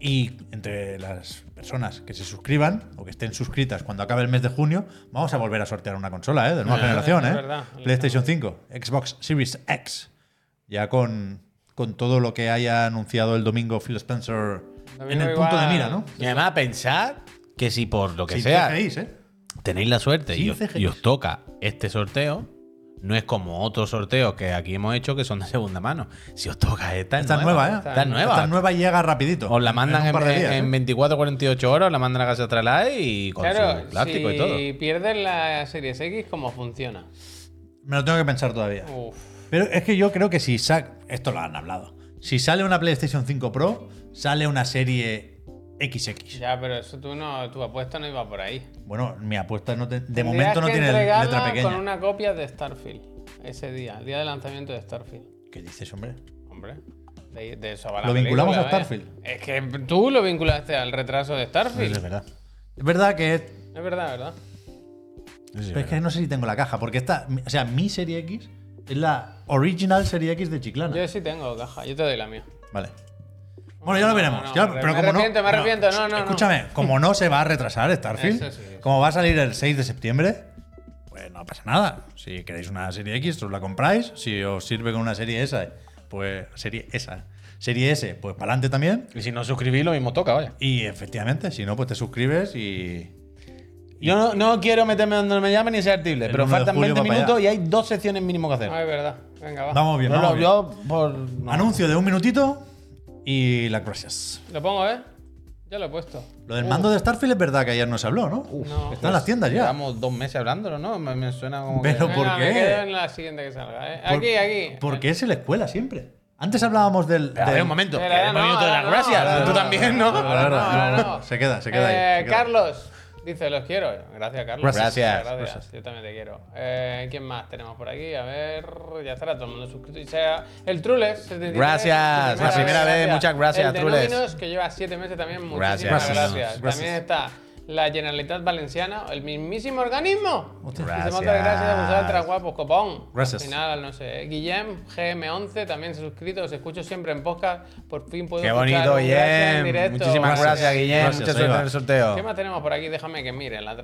y entre las personas que se suscriban o que estén suscritas cuando acabe el mes de junio, vamos a volver a sortear una consola ¿eh? de nueva Eh, generación. es ¿eh? verdad. PlayStation 5, Xbox Series X. Ya con, con todo lo que haya anunciado el domingo Phil Spencer en Domingo el punto de igual. mira, ¿no? Y además, pensad que si por lo que Sin sea CGIs, ¿eh? tenéis la suerte y Sin os, CGIs. y os toca este sorteo, no es como otros sorteos que aquí hemos hecho que son de segunda mano. Si os toca esta, Esta es nueva, ¿eh? Esta es nueva. Esta nueva y llega rapidito. Os la mandan un en, par de días, en ¿eh? 24, 48 horas, os la mandan a casa atrás y con Claro, su plástico si y todo. pierdes la Series X, ¿cómo funciona? Me lo tengo que pensar todavía. Uf. Pero es que yo creo que si sac Esto lo han hablado. Si sale una PlayStation 5 Pro, sale una serie XX. Ya, pero eso tú no, tu apuesta no iba por ahí. Bueno, mi apuesta no te- de Tendrías momento no que tiene entregarla letra pequeña. Con una copia de Starfield. Ese día, el día de lanzamiento de Starfield. ¿Qué dices, hombre? Hombre. De, de eso va la Lo vinculamos película, a vaya. Starfield. Es que tú lo vinculaste al retraso de Starfield. Pues Es verdad. Es verdad que. Es verdad, ¿verdad? pero es que no sé si tengo la caja, porque esta. O sea, mi serie X es la original serie X de Chiclana. Yo sí tengo caja, yo te doy la mía. Vale. Bueno, ya lo veremos. no, ya- me pero como arrepiento, no, me arrepiento, no, no, no. Escúchame, como no se va a retrasar Starfield, Eso sí, eso. como va a salir el 6 de septiembre, pues no pasa nada. Si queréis una serie X, os la compráis. Si os sirve con una serie S, pues serie esa. Serie S, pues para adelante también. Y si no suscribís, lo mismo toca, vaya. Y efectivamente, si no, pues te suscribes y. Yo no, no quiero meterme donde me llamen ni ser artible, El pero 1 de faltan julio 20 va para minutos allá. y hay dos secciones mínimo que hacer. Ah, es verdad. Venga, va. Vamos bien, No, vamos no, bien. yo por. no. Anuncio de un minutito y las gracias. Lo pongo, ¿eh? Ya lo he puesto. Lo del mando de Starfield es verdad que ayer no se habló, ¿no? No. Está en las tiendas ya. Llevamos dos meses hablándolo, ¿no? Me, me suena como. Pero que... ¿por Venga, qué? Me quedo en la siguiente que salga, ¿eh? Por- aquí, aquí. Porque es en la escuela siempre. Antes hablábamos del. A ver, del- un momento. Pero ahora Hemos no, ido todas ahora las no, gracias. ahora Tú no. también, ¿no? Ahora no, ahora no, no. Se queda, se queda Eh, ahí. se queda. Carlos dice, los quiero. Gracias, Carlos. Gracias. Gracias. Gracias. Yo también te quiero. Eh, ¿Quién más tenemos por aquí? A ver, ya estará todo el mundo suscrito. Y sea el Trules. 73, Gracias, primera la primera vez, muchas gracias, el de Trules. Nóminos, que lleva siete meses también. Muchísimas Gracias. gracias. Gracias. También está la Generalitat Valenciana, el mismísimo organismo. Hostia. Dice, muchas gracias a vosotros, guapos, copón. Gracias. Al final, no sé. Guillem, GM11, también se ha suscrito. Os escucho siempre en podcast. Por fin puedo Qué escuchar bonito, un gracias en Guillem. directo. Muchísimas gracias, Guillem. Gracias, Mucha ahí suerte va. en el sorteo. ¿Qué más tenemos por aquí? Déjame que mire. En la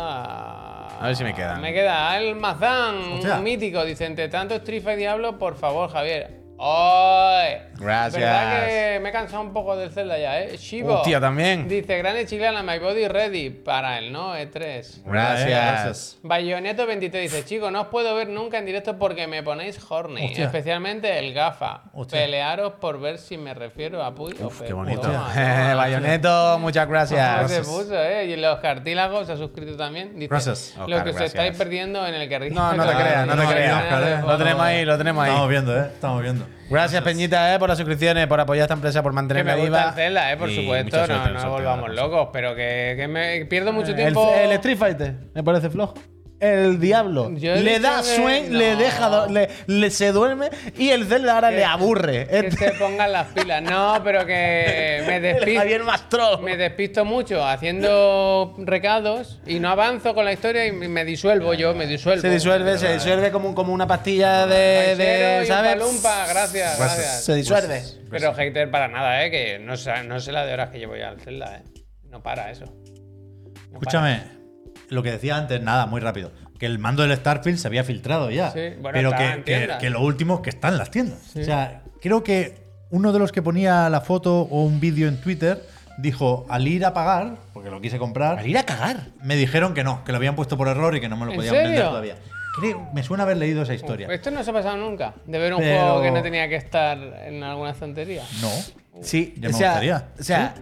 trastienda. A ver si me quedan. Me queda el Mazán, Hostia. un mítico. Dice: Entre tanto Street Fighter y Diablo, por favor, Javier. ¡Oy! Gracias. verdad que me he cansado un poco del Zelda ya, ¿eh? Shivo. Hostia, también. Dice: Gran Chiclana, my body ready para el no E3. Gracias. Eh, Gracias. Bayoneto 23 dice, chico, no os puedo ver nunca en directo porque me ponéis horny, Hostia. especialmente el gafa. Hostia. Pelearos por ver si me refiero a Puy o Pep. Qué bonito. <laughs> Toma, toma. Bayoneto, muchas ¿Cómo se gracias. puso, eh? Y los cartílagos se ha suscrito también. Dice, Gracias. Lo Oscar, que os Oh, gracias. estáis perdiendo en el carril. No, <laughs> no te creas, no te creas. Oscar, eh. Lo tenemos ahí, lo tenemos Estamos ahí. viendo, ¿eh? Estamos viendo. Gracias, Peñita, eh, por las suscripciones, por apoyar a esta empresa, por Que mantenerme me gusta viva. el Zelda, eh, por Y supuesto, mucha no suerte en el nos sorteo, volvamos la cosa. locos, pero que, que me pierdo mucho El, tiempo. el Street Fighter me parece flojo. El diablo Yo he le dicho da que sueño, no. le deja, do- le, le- se duerme y el Zelda ahora le aburre. Que se Este- pongan las pilas. No, pero que me <laughs> el despido. Javier Mastro. Me despisto mucho haciendo recados y no avanzo con la historia y me disuelvo yo, me disuelvo. Se disuelve, se disuelve como, como una pastilla de, Ranchero de y ¿sabes? Palumpa, gracias, gracias. Se disuelve. Pues, Pero hater para nada, ¿eh? Que no, sa- no sé la de horas que llevo ya al Zelda, ¿eh? No para eso. No Escúchame, lo que decía antes, nada, muy rápido. Que el mando del Starfield se había filtrado ya. Sí, bueno, pero está que, en que- tiendas. que lo último es que está en las tiendas. O sea, creo que uno de los que ponía la foto o un vídeo en Twitter dijo, al ir a pagar, porque lo quise comprar, Al ir a cagar. me dijeron que no, que lo habían puesto por error y que no me lo ¿En podían vender serio? todavía. Creo- me suena haber leído esa para. historia. Esto no se ha pasado nunca, de ver un Pero- juego que no tenía que estar en alguna estantería. No. Sí, Ya o me sea, gustaría. O sea,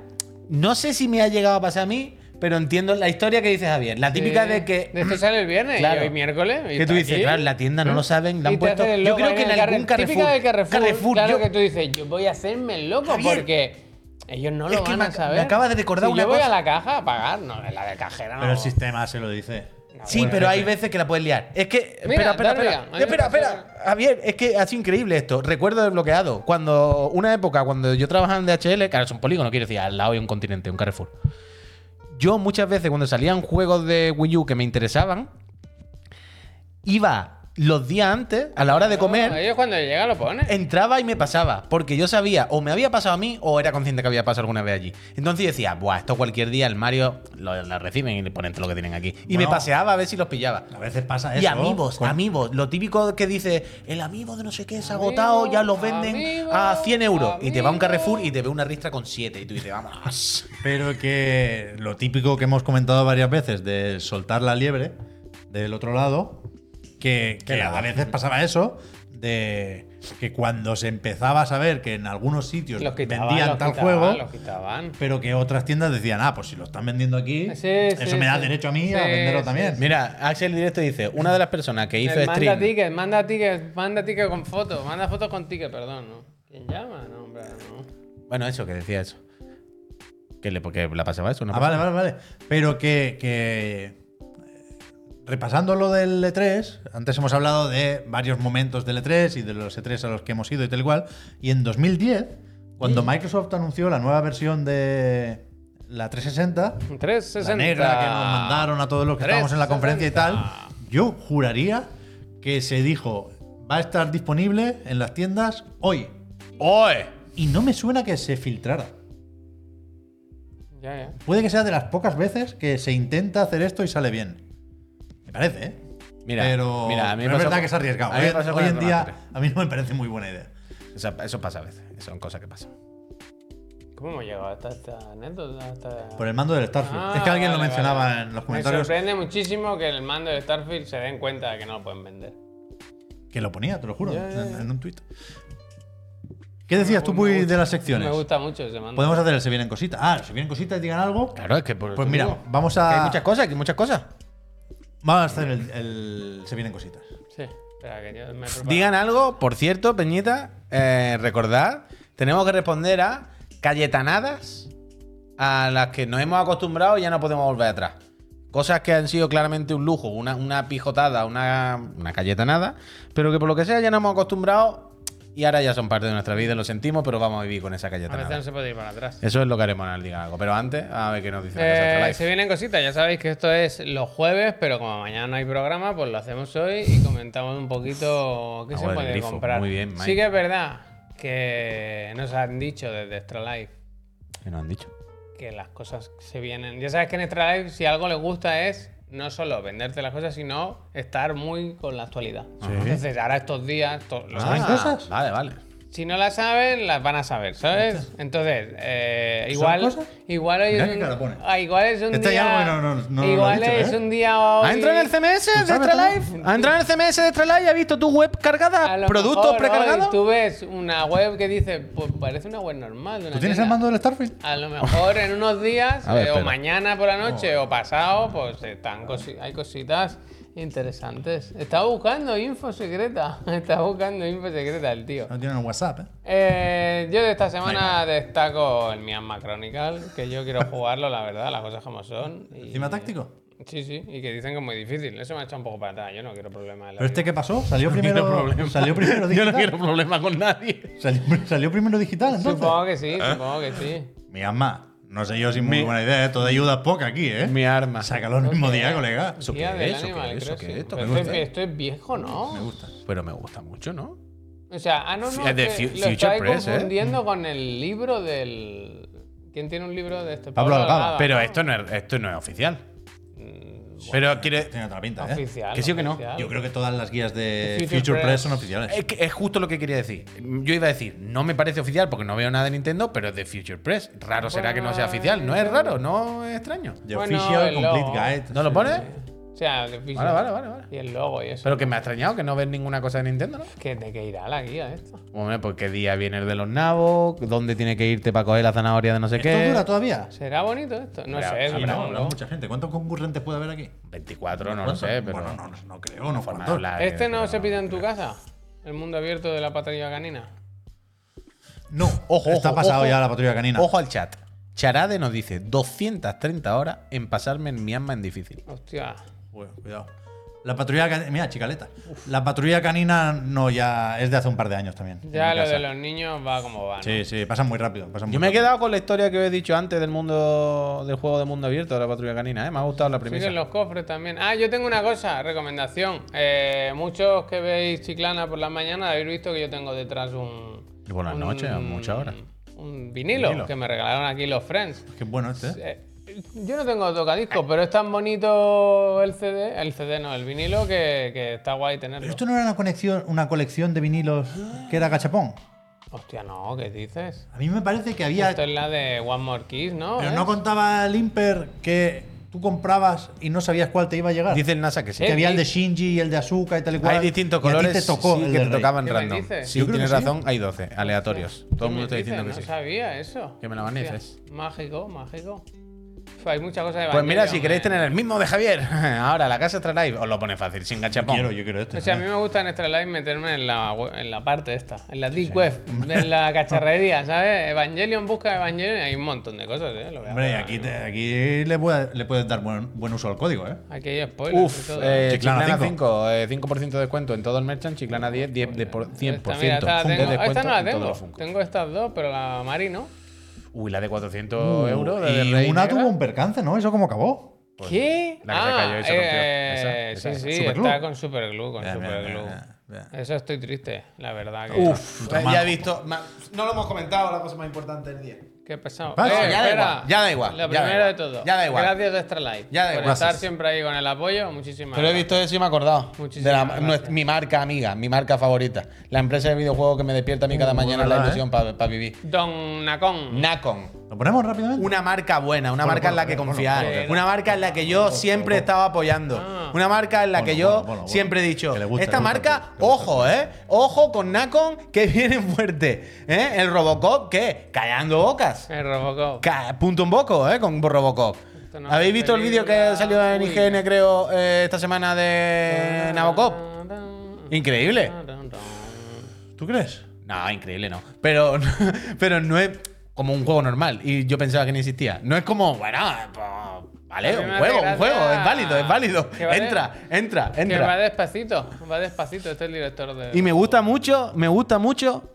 no sé si me ha llegado a pasar a mí, pero entiendo la historia que dice Javier. La típica Sí. de que. Eh, De esto sale el viernes Claro. y hoy miércoles. y Que tú está dices, aquí. claro, la tienda no lo saben, la Y te han puesto. haces el Yo loco creo ahí que en el carre- algún Carrefour. Típica del Carrefour. Carrefour, claro yo- que tú dices, yo voy a hacerme el loco Javier, porque ellos no es lo que van me- a saber. me acabas de recordar Si una yo voy cosa. a la caja a pagar, no, la de cajera no. Pero el sistema se lo dice. Sí, pero hay veces que la puedes liar. Es que. Mira, espera, espera, dale, espera. mira. A mí Espera, me pasó- espera. Javier, es que ha sido increíble esto. Recuerdo desbloqueado. Cuando, una época, cuando yo trabajaba en DHL, claro, es un polígono, quiero decir, al lado hay un continente, un Carrefour. Yo muchas veces, cuando salían juegos de Wii U que me interesaban, iba los días antes, a la hora de comer, No, ellos cuando llega lo ponen. Eh, entraba y me pasaba, porque yo sabía, o me había pasado a mí, o era consciente que había pasado alguna vez allí. Entonces decía, buah, esto cualquier día el Mario lo, lo reciben y le ponen todo lo que tienen aquí. Y Bueno. me paseaba a ver si los pillaba. A veces pasa eso. Y amigos, Con- amigos, lo típico que dice, el pues. amigo de no sé qué es agotado, ya los venden amigo, a 100 euros. Y te va a un amigo. Carrefour y te ve una ristra con 7 y tú dices, vamos. Pero que lo típico que hemos comentado varias veces de soltar la liebre del otro lado, que, que a veces pasaba eso, de que cuando se empezaba a saber que en algunos sitios Los quitaban, vendían los tal quitaban, juego, Los quitaban. pero que otras tiendas decían, ah, pues si lo están vendiendo aquí, Sí, eso sí, me da sí. derecho a mí a Sí, venderlo sí, también. sí. <laughs> Mira, Axel Directo dice, una de las personas que hizo Eh, manda stream... tickets, manda tickets, manda tickets con fotos, manda fotos con tickets, perdón, ¿no? ¿Quién llama? No, hombre, no. Bueno, eso, que decía eso. Que le, porque la pasaba eso, ¿no? Ah, vale, vale, vale. Pero que, que, eh, repasando lo del E3, antes hemos hablado de varios momentos del E3 y de los E3 a los que hemos ido y tal y cual. Y en 2010, cuando Microsoft anunció la nueva versión de la 360, 360. la negra que nos mandaron a todos los que estábamos en la conferencia y tal, yo juraría que se dijo va a estar disponible en las tiendas hoy. ¡Oe! Y no me suena que se filtrara. Ya, ya. Puede que sea de las pocas veces que se intenta hacer esto y sale bien. Me parece, ¿eh? Mira, pero, mira, a mí me pero es verdad pasó con- que es arriesgado. ¿eh? a mí me Hoy- pasó con hoy el en día Donatere. a mí no me parece muy buena idea. Eso, eso pasa a veces. Son cosas que pasan. ¿Cómo hemos llegado hasta esta anécdota? Hasta... Por el mando del Starfield. Ah, es que alguien lo mencionaba en los Me comentarios sorprende muchísimo que el mando de Starfield se den cuenta de que no lo pueden vender. que lo ponía, te lo juro, Ya, ya, en, ya. en un tuit. ¿Qué decías tú, Puy, de las secciones? Me gusta mucho ese mando. Podemos hacer el Se Vienen Cositas. Ah, Si Vienen Cositas y digan algo. Claro, es que por Pues mira, vamos que hay a, muchas cosas, que hay muchas cosas. vamos a hacer el, el Se Vienen Cositas. Sí, espera, que yo me he preparado. Digan algo, por cierto, Peñita, eh, recordad, tenemos que responder a cayetanadas a las que nos hemos acostumbrado y ya no podemos volver atrás. Cosas que han sido claramente un lujo, una, una pijotada, una, una cayetanada, pero que por lo que sea ya nos hemos acostumbrado y ahora ya son parte de nuestra vida, lo sentimos, pero vamos a vivir con esa A veces cayetanada. no se puede ir para atrás. Eso es lo que haremos en el Digan Algo. Pero antes, a ver qué nos dice la Casa Eh, Astrolife. se vienen cositas, ya sabéis que esto es los jueves, pero como mañana no hay programa, pues lo hacemos hoy y comentamos un poquito Ah, qué se agua del puede grifo, comprar. muy bien, Mike. sí que es verdad que nos han dicho desde Extra Life ¿Qué nos han dicho? que las cosas se vienen. Ya sabes que en Extra Life si algo les gusta es no solo venderte las cosas, sino estar muy con la actualidad. Entonces, ahora estos días, to- lo ¿Saben saben. cosas? Ah, Vale, vale. si no las saben, las van a saber, ¿sabes? Entonces, eh, ¿Son igual, cosas? igual hoy Mirá es qué un, cara pone. ah, igual es un Esto ya día, no- no- no- no lo igual ha dicho, es ¿eh? un día hoy. ¿Ha entrado en el CMS ¿Tú de sabes Extra todo? Life? ¿Ha entrado en el CMS de Extra Life y ha visto tu web A cargada? lo ¿Productos mejor hoy precargados? Tú ves una web que dice, pues parece una web normal. de una ¿Tú tienes tienda. el mando del Starfield? A lo mejor en unos días, <laughs> A ver, eh, o espera. mañana por la noche, o pasado, pues están cosi- hay cositas interesantes. Está buscando info secreta. <laughs> Está buscando info secreta el tío. No tienen el WhatsApp, ¿eh? Eh, yo de esta semana destaco el Myanmar Chronicle, que yo <laughs> quiero jugarlo, la verdad, las cosas como son. y- ¿Encima táctico? Sí, sí, y que dicen que es muy difícil. Eso me ha echado un poco para atrás. Yo no quiero problemas. en la ¿Pero este vida. qué pasó? <laughs> ¿Salió primero, problema. ¿salió primero <laughs> Yo no digital? quiero problema con nadie. ¿Salió, salió primero digital, entonces? Supongo que sí, ¿Eh? supongo que sí. Mi ama, no sé yo si es muy Mi- buena idea, ¿eh? Toda ayuda es poca aquí, ¿eh? Mi arma. Sácalo el mismo día, colega. ¿Eso Día qué del es? ¿Eso qué Animal es? ¿Eso qué Crossing. es? Esto Pero me esto, gusta. es, esto es viejo, ¿no? Me gusta. Pero me gusta mucho, ¿no? O sea, ah, no, no, Es de que Fu- lo Future estáis Press, ¿eh? confundiendo con el libro del... ¿Quién tiene un libro de este? Pablo Algaba. Algaba, Pero ¿no? esto no es, esto no es oficial. Pero quiere. Tiene otra pinta, ¿eh? Oficial. Que sí o que no. oficial. Yo creo que todas las guías de Future Future, Press. Press Eh, son oficiales. Es, que es justo lo que quería decir. Yo iba a decir, no me parece oficial porque no veo nada de Nintendo, pero es de Future Press. Raro será que no sea oficial. No es raro, no es extraño. The Bueno, Official el Complete logo. Guide. ¿No lo Sí. pone? sea, el visual. Vale, vale, vale, vale. Y el logo y eso. Pero que me ha extrañado que no ves ninguna cosa de Nintendo, ¿no? ¿Qué- ¿De qué irá la guía esto? Hombre, pues qué día viene el de los nabos, dónde tiene que irte para coger la zanahoria de no sé ¿Esto qué. dura todavía? ¿Será bonito esto? No Habrá- sé, habrá- supongo. habrá mucha gente. ¿Cuántos concurrentes puede haber aquí? 24, no lo sé, pero. Bueno, no, no, no creo, forma no de cuántos. hablar, ¿Este eh, no pero- se pide en tu casa? El mundo abierto de la patrulla canina. No, Ojo, está ojo, pasado ojo. ya la patrulla canina. Ojo al chat. Charade nos dice 230 horas en pasarme en Myanmar en difícil. Hostia. Bueno, cuidado. La patrulla canina. Mira, chicaleta. La patrulla canina no ya es de hace un par de años también. Ya en mi lo casa. de los niños va como va. ¿no? Sí, sí, pasan muy rápido. Pasan Yo muy me he rápido. quedado con la historia que os he dicho antes del mundo del juego de mundo abierto de la patrulla canina, ¿eh? Me ha gustado la Siguen primera. los cofres también. Ah, yo tengo una cosa, recomendación. Eh, muchos que veis Chiclana por la mañana habéis visto que yo tengo detrás un. Y por la un- noche, a muchas horas. Un vinilo, Vinilo. que me regalaron aquí los Friends. Qué bueno este. ¿eh? Eh, yo no tengo tocadiscos, pero es tan bonito el CD, el CD no, el vinilo, que, que está guay tenerlo. Pero esto no era una, conexión, una colección de vinilos que era cachapón. Hostia, no, ¿qué dices? A mí me parece que había. Esto es la de One More Kiss, ¿no? Pero ¿Eh? no contaba el Imper que tú comprabas y no sabías cuál te iba a llegar. Dice el NASA que sí. que Eh, había el de eh. Shinji y el de Azuka y tal y cual. Hay y distintos a ti colores te tocó sí, el que del te Rey. tocaban ¿Qué me random. dices? Sí, Yo creo tienes que sí. razón, hay 12 aleatorios. Todo el mundo está diciendo que sí. No sabía eso. Que me la Hostia, manices. Mágico, mágico. Uf, hay muchas cosas de Pues mira, Evangelion, si queréis eh. tener el mismo de Javier, <laughs> ahora la casa Extra Live os lo pone fácil, sin gachapón. Quiero, yo quiero este. O sea, a mí me gusta en Extra Live meterme en la, we- en la parte esta, en la deep web, en <laughs> la cacharrería, ¿sabes? Evangelion busca Evangelion y hay un montón de cosas, ¿eh? Lo voy a Hombre, poner aquí, te- aquí le, puede- le puedes dar buen, buen uso al código, ¿eh? Aquí hay spoilers. y Uf, todo. eh, Chiclana Chiclana 5, eh, 5% de descuento en todo el merchant, Chiclana 10, 10 de por, 100% esta, mira, esta, la de tengo- descuento esta no la en todos tengo. los Funko. Tengo estas dos, pero la Mari no. Uy, la de 400 euros. La de y Rey una Negra. tuvo un percance, ¿no? ¿Eso cómo acabó? Pues, ¿Qué? Ah, La que se cayó y se rompió. eh, Esa, esa, sí, sí, Superglue. está con superglue, con Mira, mira, superglue. mira, mira, Eso estoy triste, la verdad. Que Uf, eh, Puta ya madre. he visto. ma- No lo hemos comentado, la cosa más importante del día. Qué pesado. pasa? Eh, Ya espera. da igual, ya da igual, Lo ya da primero de igual, todo. ya da igual. Gracias a Extra Life. Ya da igual. Por estar Gracias. siempre ahí con el apoyo. Muchísimas Pero he gracias. visto eso y me he acordado. Muchísimas de la- gracias. nuestra- mi marca amiga, mi marca favorita. La empresa de videojuegos que me despierta Uh, a mí cada mañana verdad, la ¿eh? ilusión para vivir. Don Nacón. Nacon. ¿Lo ponemos rápidamente? Una marca buena, una Ponlo, marca en la ponlo, que ponlo, confiar, ponlo, ponlo. una marca en la que yo siempre he estado Ah. apoyando, una marca en la que Ponlo, yo ponlo, ponlo, ponlo. siempre he dicho, Que le gusta, esta le gusta, marca, que le gusta. ojo, ¿eh? Ojo con Nacon que <laughs> viene fuerte, ¿eh? El Robocop, ¿qué? Callando bocas. El Robocop. Ca- punto un poco, ¿eh? Con Robocop. Esto no ¿Habéis es visto el vídeo que película. salió en Uy. Ah. IGN, creo, eh, esta semana de eh, Nabokov? Increíble. ¿Tú crees? No, increíble no. Pero, <laughs> pero no es como un juego normal. Y yo pensaba que no existía. No es como, bueno, pues, A vale, mí me un hace juego, un gracia juego. Es válido, es válido. que vale- Entra, entra, Que va entra. despacito. Va despacito. Este es el director de. Y me gusta mucho, me gusta mucho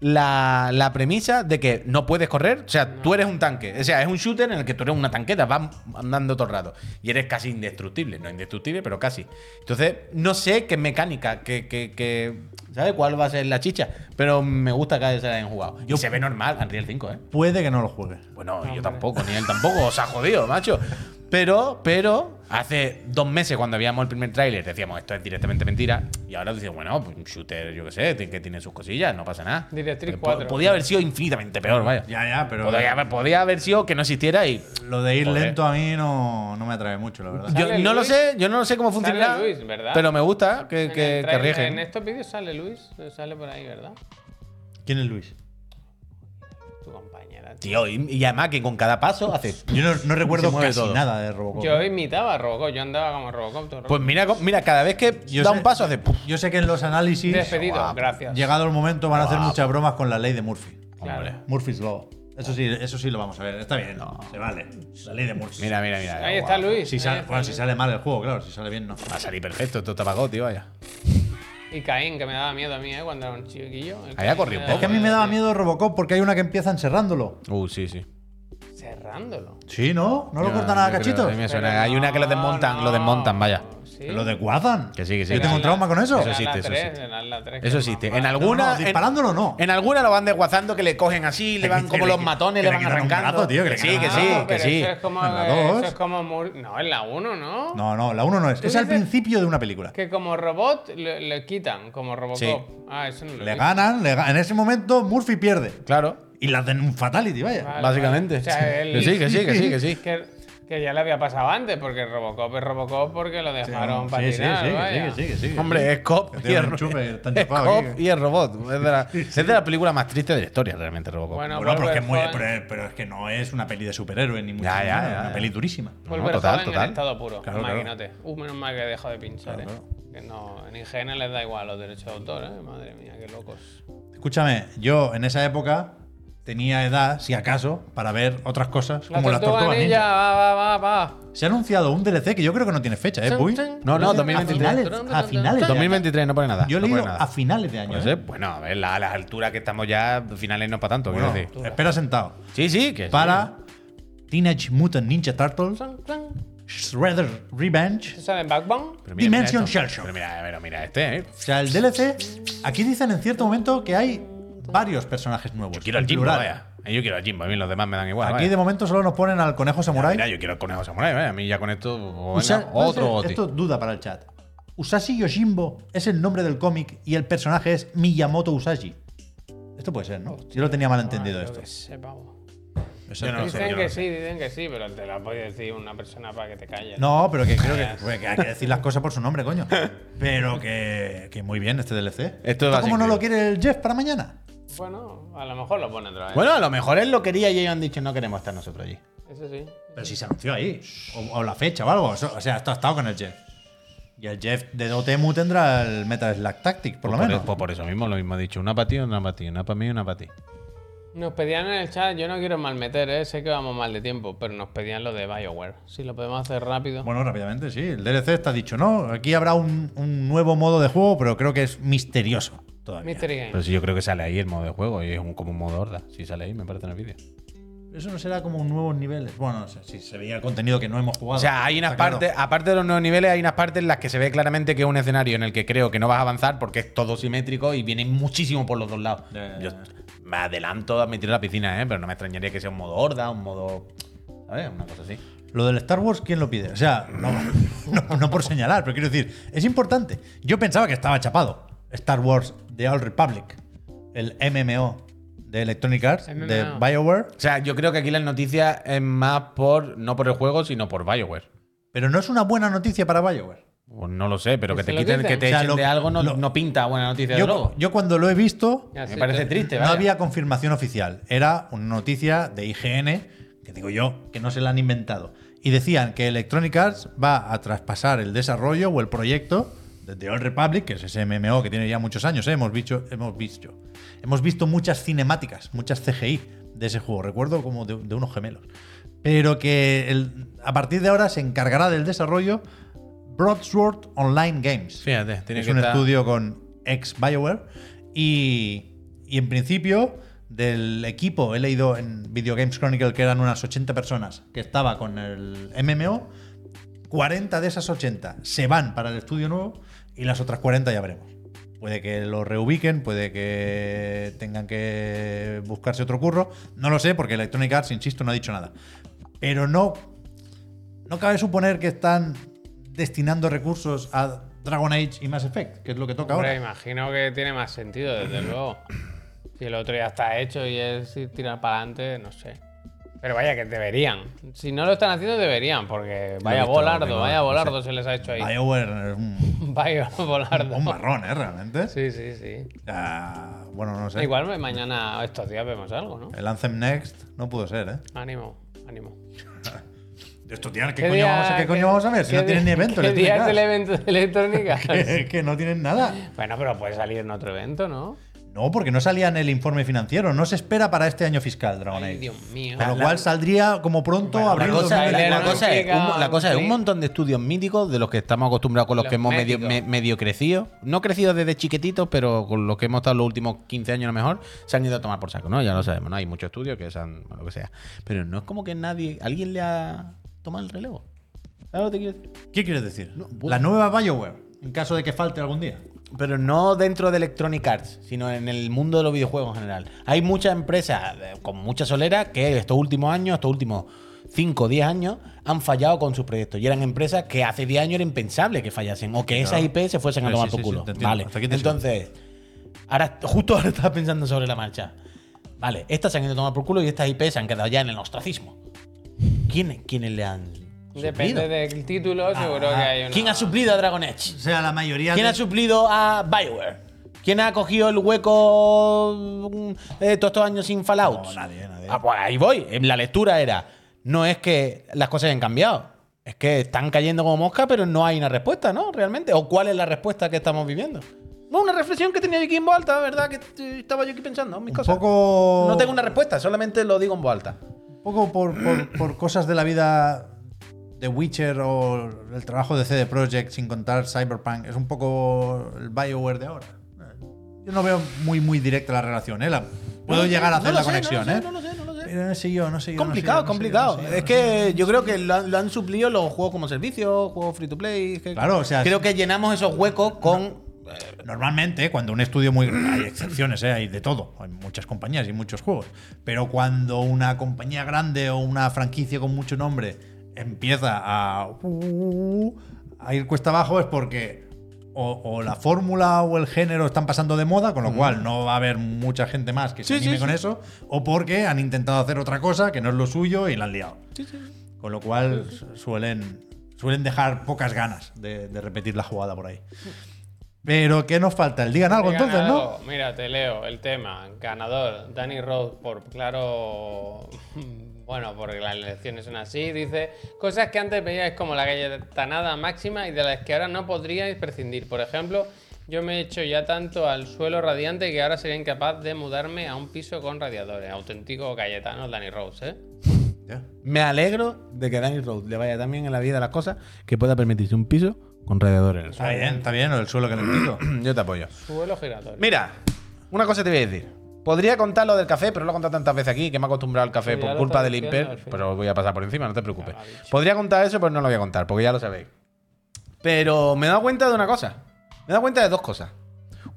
la, la premisa de que no puedes correr. O sea, tú eres un tanque. O sea, es un shooter en el que tú eres una tanqueta, vas andando todo el rato. Y eres casi indestructible. No indestructible, pero casi. Entonces, no sé qué mecánica, que, que, ¿Sabes cuál va a ser la chicha? Pero me gusta que se la hayan jugado. Y se ve normal, Unreal 5, ¿eh? Puede que no lo juegue. Bueno, yo tampoco, ni él tampoco, os ha jodido, macho. Pero, pero, hace dos meses cuando veíamos el primer tráiler decíamos esto es directamente mentira. Y ahora dices, bueno, pues un shooter, yo qué sé, ti- que tiene sus cosillas, no pasa nada. Directriz Pero po- 4. Podía haber sido infinitamente peor, vaya. Ya, ya, pero podía, haber, podía haber sido que no existiera y. lo de ir Joder. lento a mí no, no me atrae mucho, la verdad. Yo Sale no lo Luis. sé, yo no lo sé cómo funcionará. Luis, ¿verdad? Pero me gusta que, En que, el que trailer- riejen. En este- estos vídeos sale Luis. Sale por ahí, ¿verdad? ¿Quién es Luis? Tu compañera. tío. Tío, y, y además que con cada paso hace. Yo no, no recuerdo mueve casi todo. nada de Robocop. Yo imitaba a Robocop. Yo andaba como Robocop. todo el Pues mira, co- mira, cada vez que Yo da sé- un paso hace. puf. Yo sé que en los análisis, Despedido, gracias. llegado el momento, van a hacer muchas bromas con la ley de Murphy. Claro. Hombre. Murphy's Law. Eso sí, eso sí lo vamos a ver. Está bien, se vale. La ley de Murphy. Mira, mira, mira. Ahí está Guau. Luis. Si ahí sale, está bueno, si Luis. sale mal el juego, claro. Si sale bien, no. Va a salir perfecto, esto está pagado, tío, vaya. Y Caín, que me daba miedo a mí, ¿eh? Cuando era un chiquillo. El Caín Había corrido me daba Es un poco, que a mí me daba sí. miedo Robocop porque hay una que empieza encerrándolo. Uh, sí, sí. Cerrándolo. Sí, ¿no? ¿No lo Yo cortan a yo creo- cachitos? a mí me suena. Pero Hay una que lo no, desmontan, no. lo desmontan, vaya. Sí. ¿Lo desguazan? Que sí, que sí. Yo que tengo sí. un trauma con eso. Será Eso la existe, eso tres, existe. será la tres que Eso es más existe. mala. En alguna. No, no, en- disparándolo no. En alguna lo van desguazando que le cogen así, le van Que- como que- los que- matones, que le le van quitan un brazo, arrancando. tío, que le Que sí, quitan que un sí, brazo, Ah, No, que pero sí. Eso es como, En eh, la dos. eso es como Mur- No, en la 1, ¿no? No, no, la 1 no es. Es al dices- principio de una película. Que como robot le, le quitan, como Robocop. Sí. Ah, eso no lo he Le visto. ganan, le ga- en ese momento Murphy pierde. Claro, Y la hacen un fatality, vaya. Vale, Ah, básicamente. vale. O sea, el- Que sí, que sí, que sí, que sí. <laughs> Que Que ya le había pasado antes, porque Robocop es Robocop porque lo dejaron Sí, sí, patinar. sí, vaya. sí, sí, sí, sí. Hombre, es cop Que y tiene es, un ro- chupe, está <laughs> es enchufado Cop aquí. y es robot. Es de, la, es de la película más triste de la historia, realmente, Robocop. Bueno, Bueno, pero es, que es muy- Wolverine- pero es- pero es que no es una peli de superhéroe, ni mucho Ya, ya, menos, ya, es una ya. peli durísima. No, Volver total, joven en total. estado puro, Claro, claro. maquinote. Uh, menos mal que dejo de pinchar, ¿eh? Que no, en IGN les da igual los derechos de autor, ¿eh? Madre mía, qué locos. Escúchame, yo en esa época tenía edad, si acaso, para ver otras cosas La como las tortuga tortugas ninja, ninja. va, va, va, va. Se ha anunciado un DLC que yo creo que no tiene fecha, ¿eh, Chan, Puy? chan. No, no, A 2023. finales- A finales. de año. 2023 no pone nada. Yo he no leído pone nada. a finales de año. Pues, ¿eh? eh, bueno, a ver, la- a las alturas que estamos ya, finales no para tanto, Bueno, quiero decir. espera sentado. Sí, sí, que sí. Para Teenage Mutant Ninja Turtles, Chan, chan. Shredder Revenge. ¿Se sale en Backbone? Pero Dimension esto. Shell Shock. Pero mira, pero mira este, ¿eh? O sea, el DLC. Aquí dicen en cierto momento que hay varios personajes nuevos. Yo quiero al en Jimbo, plural. vaya. Eh, Yo quiero al Jimbo, a mí los demás me dan igual. Aquí vaya. de momento solo nos ponen al conejo samurai. Mira, yo quiero el conejo samurai, vaya. A mí ya con esto. o venga, Usa- puede otro ser- Oti. Esto es duda para el chat. Usashi Yoshimbo es el nombre del cómic y el personaje es Miyamoto Usashi. Esto puede ser, ¿no? Yo lo tenía mal entendido Yo esto. qué sé, pavo. Eso- no lo Ah, sé, dicen yo no que lo sí, dicen que sí, pero te la puede decir una persona para que te calles. No, pero que creo <laughs> que, pues, que hay que decir las cosas por su nombre, coño. Pero que, que muy bien este DLC. Esto va a ser ¿Cómo no increíble. lo quiere el Jeff para mañana? Bueno, a lo mejor lo pone otra vez. Bueno, a lo mejor él lo quería y ellos han dicho no queremos estar nosotros allí. Eso sí. Pero si se anunció ahí. O, o la fecha o algo. Eso- o sea, esto ha estado con el Jeff. Y el Jeff de Dotemu tendrá el Metal Slack Tactic, por lo Pues menos. pues por eso mismo, lo mismo ha dicho. Una para ti, una para ti, una para mí, una para ti. Nos pedían en el chat, yo no quiero malmeter, ¿eh? sé que vamos mal de tiempo, pero nos pedían lo de Bioware. Si lo podemos hacer rápido. Bueno, rápidamente, sí. El DLC está dicho, ¿no? Aquí habrá un, un nuevo modo de juego, pero creo que es misterioso todavía. Mystery Game. Pero si yo creo que sale ahí el modo de juego y es un- como un modo horda. Si sale ahí, me parece en el vídeo. Eso no será como nuevos niveles. Bueno, no sé, si se veía contenido que no hemos jugado. O sea, hay unas Está claro. partes, aparte de los nuevos niveles, hay unas partes en las que se ve claramente que es un escenario en el que creo que no vas a avanzar porque es todo simétrico y viene muchísimo por los dos lados. Ya, ya, Yo me adelanto a meter a la piscina, ¿eh? pero no me extrañaría que sea un modo horda, un modo. ¿Sabes? Una cosa así. Lo del Star Wars, ¿quién lo pide? O sea, no, no- no por señalar, pero quiero decir, es importante. Yo pensaba que estaba chapado. Star Wars The Old Republic, el MMO de Electronic Arts, de MMO. BioWare. O sea, yo creo que aquí las noticias es más por. No por el juego, sino por Bioware. Pero no es una buena noticia para BioWare. Pues no lo sé, pero que Eso te lo quiten, dicen. que te O sea, echen lo- de algo no, lo- no pinta buena noticia. de Yo, luego. yo cuando lo he visto, Ya me sé, parece yo- triste, no vaya. había confirmación oficial. Era una noticia de IGN, que digo yo, que no se la han inventado. Y decían que Electronic Arts va a traspasar el desarrollo o el proyecto de The Old Republic, que es ese MMO que tiene ya muchos años, ¿eh? hemos, visto, hemos visto. Hemos visto muchas cinemáticas, muchas CGI de ese juego. Recuerdo como de, de unos gemelos. Pero que el- a partir de ahora se encargará del desarrollo Broadsword Online Games Fíjate, tiene es que un estar- estudio con ex Bioware. Y, y en principio, del equipo, he leído en Video Games Chronicle que eran unas 80 personas que estaba con el MMO. 40 de esas 80 se van para el estudio nuevo y las otras 40 ya veremos. Puede que lo reubiquen, puede que tengan que buscarse otro curro. No lo sé, porque Electronic Arts, insisto, no ha dicho nada. Pero no no cabe suponer que están destinando recursos a Dragon Age y Mass Effect, que es lo que toca Hombre, ahora. imagino que tiene más sentido, desde luego. Si el otro ya está hecho y es ir tirar para adelante, no sé. Pero vaya, que deberían. Si no lo están haciendo, deberían, porque vaya visto, volardo, venga, vaya no volardo se les ha hecho ahí. BioWare es un, Vaya volardo. un marrón, ¿eh? Realmente. Sí, sí, sí. Ah, bueno, no sé. Igual me- mañana, estos días, vemos algo, ¿no? El Anthem Next no pudo ser, ¿eh? Ánimo, ánimo. Esto, tío, ¿qué, coño, vamos, a, qué qué- coño vamos a ver? Si qué no tienen ni día- evento, ¿Qué día Electronic <laughs> es el Arts. evento de <laughs> electrónica? que, que no tienen nada. bueno, pero puede salir en otro evento, ¿no? No, porque no salía en el informe financiero. No se espera para este año fiscal Dragon Ay, Age. Dios mío. Con lo cual saldría como pronto Bueno, abril La cosa, la- 2024. la cosa es, Llega un, la cosa es un un montón de estudios míticos de los que estamos acostumbrados con los, Los que hemos medio, míticos. me- medio crecido. No crecido desde chiquititos, pero con los que hemos estado los últimos 15 años a lo mejor, se han ido a tomar por saco, ¿no? Ya lo sabemos, ¿no? Hay muchos estudios que se han. bueno, lo que sea. Pero no es como que nadie. ¿Alguien le ha tomado el relevo? ¿Sabes lo que te quiero decir? ¿Qué quieres decir? bueno. la nueva BioWare, en caso de que falte algún día. Pero no dentro de Electronic Arts, sino en el mundo de los videojuegos en general. Hay muchas empresas eh, con mucha solera que estos últimos años, estos últimos 5 o 10 años, han fallado con sus proyectos. Y eran empresas que hace 10 años era impensable que fallasen o que esas IP se fuesen a Sí, tomar sí, por sí, culo. te entiendo. vale. Hasta aquí te sigo. Entonces, ahora, justo ahora estaba pensando sobre la marcha. Vale, estas se han ido a tomar por culo y estas IP se han quedado ya en el ostracismo. ¿quién, ¿quiénes le han Depende suplido? del título, seguro que hay una. Ah, ¿Quién ha suplido a Dragon Edge? O sea, la mayoría. ¿Quién de- ha suplido a Bioware? ¿Quién ha cogido el hueco mm, eh, todos estos años sin Fallout? No, nadie, nadie. Ah, pues ahí voy. En La lectura era, no es que las cosas hayan cambiado, es que están cayendo como mosca, pero no hay una respuesta, ¿no? Realmente. ¿O cuál es la respuesta que estamos viviendo? No, una reflexión que tenía yo aquí en voz alta, ¿verdad? Que eh, estaba yo aquí pensando en mis un cosas. poco. No tengo una respuesta, solamente lo digo en voz alta. Un poco por, por- por cosas de la vida de Witcher o el trabajo de CD Projekt, sin contar Cyberpunk, es un poco el Bioware de ahora. Yo no veo muy, muy directa la relación, ¿eh? La- puedo No, llegar a no hacer lo la sé, conexión, no lo sé, ¿eh? No lo sé, no lo sé. Pero no sé yo, no sé yo. no sé Complicado, yo, no sé yo, no complicado. sé yo, no es sé yo. que yo creo que lo han, lo han suplido los juegos como servicio, juegos free to play. es que- Claro, o sea, eh, Creo que llenamos esos huecos con. Normalmente, cuando un estudio muy. Hay excepciones, ¿eh? hay de todo. Hay muchas compañías y muchos juegos. Pero cuando una compañía grande o una franquicia con mucho nombre empieza a. uh, a ir cuesta abajo es porque. O, o la fórmula o el género están pasando de moda, con lo cual no va a haber mucha gente más que se Sí, sí, anime con sí. eso, o porque han intentado hacer otra cosa que no es lo suyo y la han liado. Con lo cual suelen, suelen dejar pocas ganas de, de repetir la jugada por <laughs> ahí. Pero ¿qué nos falta? El digan Ah, algo He entonces, ¿no? ganado- Mira, te leo el tema. Ganador, Danny Rhodes, por claro. <laughs> Bueno, porque las elecciones son así. Dice: Cosas que antes veíais como la galletanada máxima y de las que ahora no podríais prescindir. Por ejemplo, yo me he hecho ya tanto al suelo radiante que ahora sería incapaz de mudarme a un piso con radiadores. Auténtico galletano, Danny Rose, ¿eh? Me alegro de que Danny Road le vaya también en la vida las cosas que pueda permitirse un piso con radiadores en el Está bien, está bien, el suelo <coughs> calentito. suelo. Yo te apoyo. Suelo giratorio. Mira, una cosa te voy a decir. Podría contar lo del café, pero lo he contado tantas veces aquí que me he acostumbrado al café Sí, ya por lo culpa estás del diciendo, Imper. al fin. Pero voy a pasar por encima, no te preocupes. Ya lo ha dicho. Podría contar eso, pero no lo voy a contar, porque ya lo sabéis. Pero me he dado cuenta de una cosa. Me he dado cuenta de dos cosas.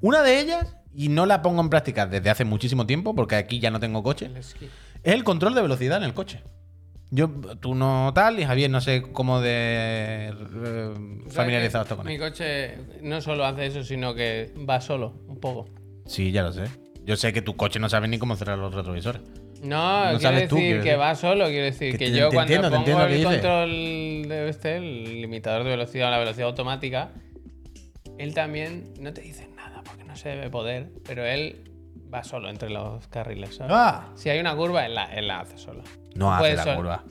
Una de ellas, y no la pongo en práctica desde hace muchísimo tiempo, porque aquí ya no tengo coche, El esquí. es el control de velocidad en el coche. Yo, tú no tal, y Javier no sé cómo de eh, familiarizado está con Mi él. coche no solo hace eso, sino que va solo, un poco. Sí, ya lo sé. Yo sé que tu coche no sabe ni cómo cerrar los retrovisores. No, No quiero sabes decir tú, quiero que decir. va solo, quiero decir Que que, te- yo te cuando entiendo, te pongo entiendo lo que el dices. control de este, el limitador de velocidad o la velocidad automática, él también no te dice nada porque no se debe poder, pero él va solo entre los carriles. ¿sabes? Ah, Si hay una curva, él la, él la hace solo. No hace Puede la ser. curva.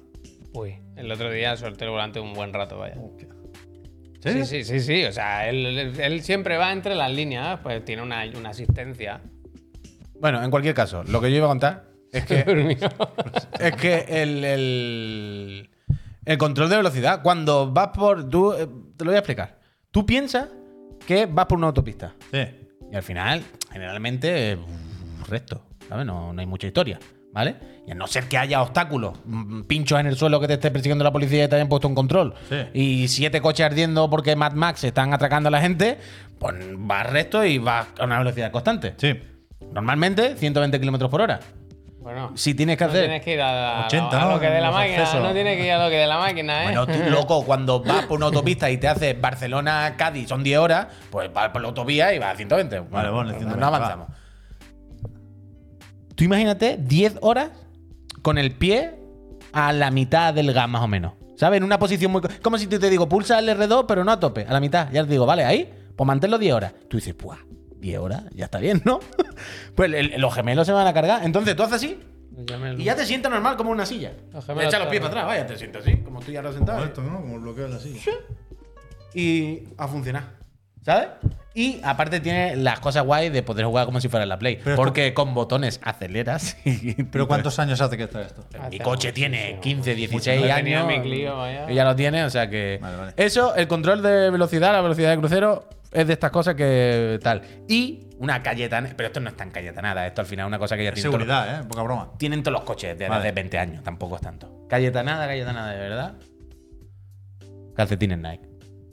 Uy, el otro día solté el volante un buen rato, vaya. ¿sí? Sí, sí, sí, sí. O sea, él, él- él siempre va entre las líneas, pues tiene una, una asistencia. Bueno, en cualquier caso, lo que yo iba a contar es <laughs> que Durmió. es que el, el- el control de velocidad, cuando vas por. Tú, eh, te lo voy a explicar. Tú piensas que vas por una autopista. Sí. Y al final, generalmente, eh, recto, ¿sabes? No, no hay mucha historia, ¿vale? Y a no ser que haya obstáculos, mm, pinchos en el suelo que te esté persiguiendo la policía y te hayan puesto en control, Sí. y siete coches ardiendo porque Mad Max están atracando a la gente, pues vas recto y vas a una velocidad constante. Sí. Normalmente, 120 kilómetros por hora. Bueno. Si tienes que No hacer. tienes que ir a, la- 80, a lo ¿no? que de la Los máquina. accesos. No tienes que ir a lo que de la máquina, ¿eh? Bueno, tú, <laughs> loco, cuando vas por una autopista y te haces Barcelona-Cádiz, son 10 horas, pues vas por la autovía y vas a 120. Vale, ponle 120, No avanzamos. Tú imagínate 10 horas con el pie a la mitad del gas, más o menos. ¿Sabes? En una posición muy. co- Como si te, te digo, pulsa el R2, pero no a tope, a la mitad. Ya te digo, vale, ahí, pues manténlo 10 horas. Tú dices, ¡puah! 10 horas, ya está bien, ¿no? <laughs> pues el- los gemelos se van a cargar. Entonces tú haces así Ya me lo- y ya te sientas normal como en una silla. Los gemelos Echa los pies también. para atrás, vaya, te sientas así, como tú ya lo has sentado. ¿no? Como bloqueo de la silla. Y a funcionar. ¿Sabes? Y aparte tiene las cosas guay de poder jugar como si fuera la Play. Pero porque con botones aceleras. <laughs> y- ¿Pero cuántos años hace que está esto? Mi Hace coche muchísimo, tiene 15, Yo 16 tenía años. mi Clio, vaya. Y ya lo tiene, o sea que. Vale, vale. Eso, el control de velocidad, la velocidad de crucero, es de estas cosas que tal. Y una calletana. Pero esto no es tan calletanada, esto al final es una cosa que ya Es tiene todos los- seguridad, ¿eh? Poca broma. tienen todos los coches de Vale. hace 20 años, tampoco es tanto. Cayetanada, Cayetanada, de verdad. Calcetines Nike.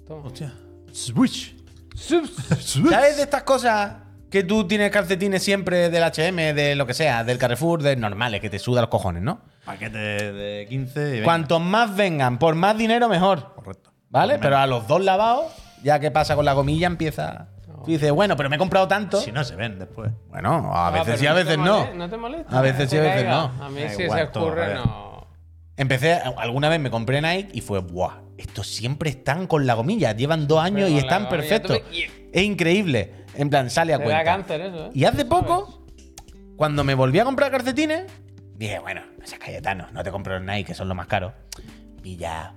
Toma. Hostia. Switch. <laughs> ¿Sabes de estas cosas que tú tienes calcetines siempre del HM, de lo que sea, del Carrefour, de normales, que te suda los cojones, ¿no? Paquete de 15 y 20. Cuantos más vengan, por más dinero, mejor. Correcto. ¿Vale? Pero a los dos lavados, ya que pasa con la gomilla, empieza. Tú dices, bueno, pero me he comprado tanto. Si no se ven después. Bueno, a Ah, veces pero sí, a no te veces mole- no. No te molesta. A veces sí, a Que veces caiga. no. A mí Da si se igual, todo, ocurre, vaya. no. Empecé, alguna vez me compré Nike y fue, ¡buah! Estos siempre están con la gomilla, llevan dos años con y la están gomilla, perfectos. tú ves, Es increíble. En plan, sale a Te da cuenta. cáncer eso, ¿eh? Y hace Eso poco, cuando me volví a comprar calcetines, dije, bueno, no seas Cayetano, no te compro los Nike, que son los más caros. Pilla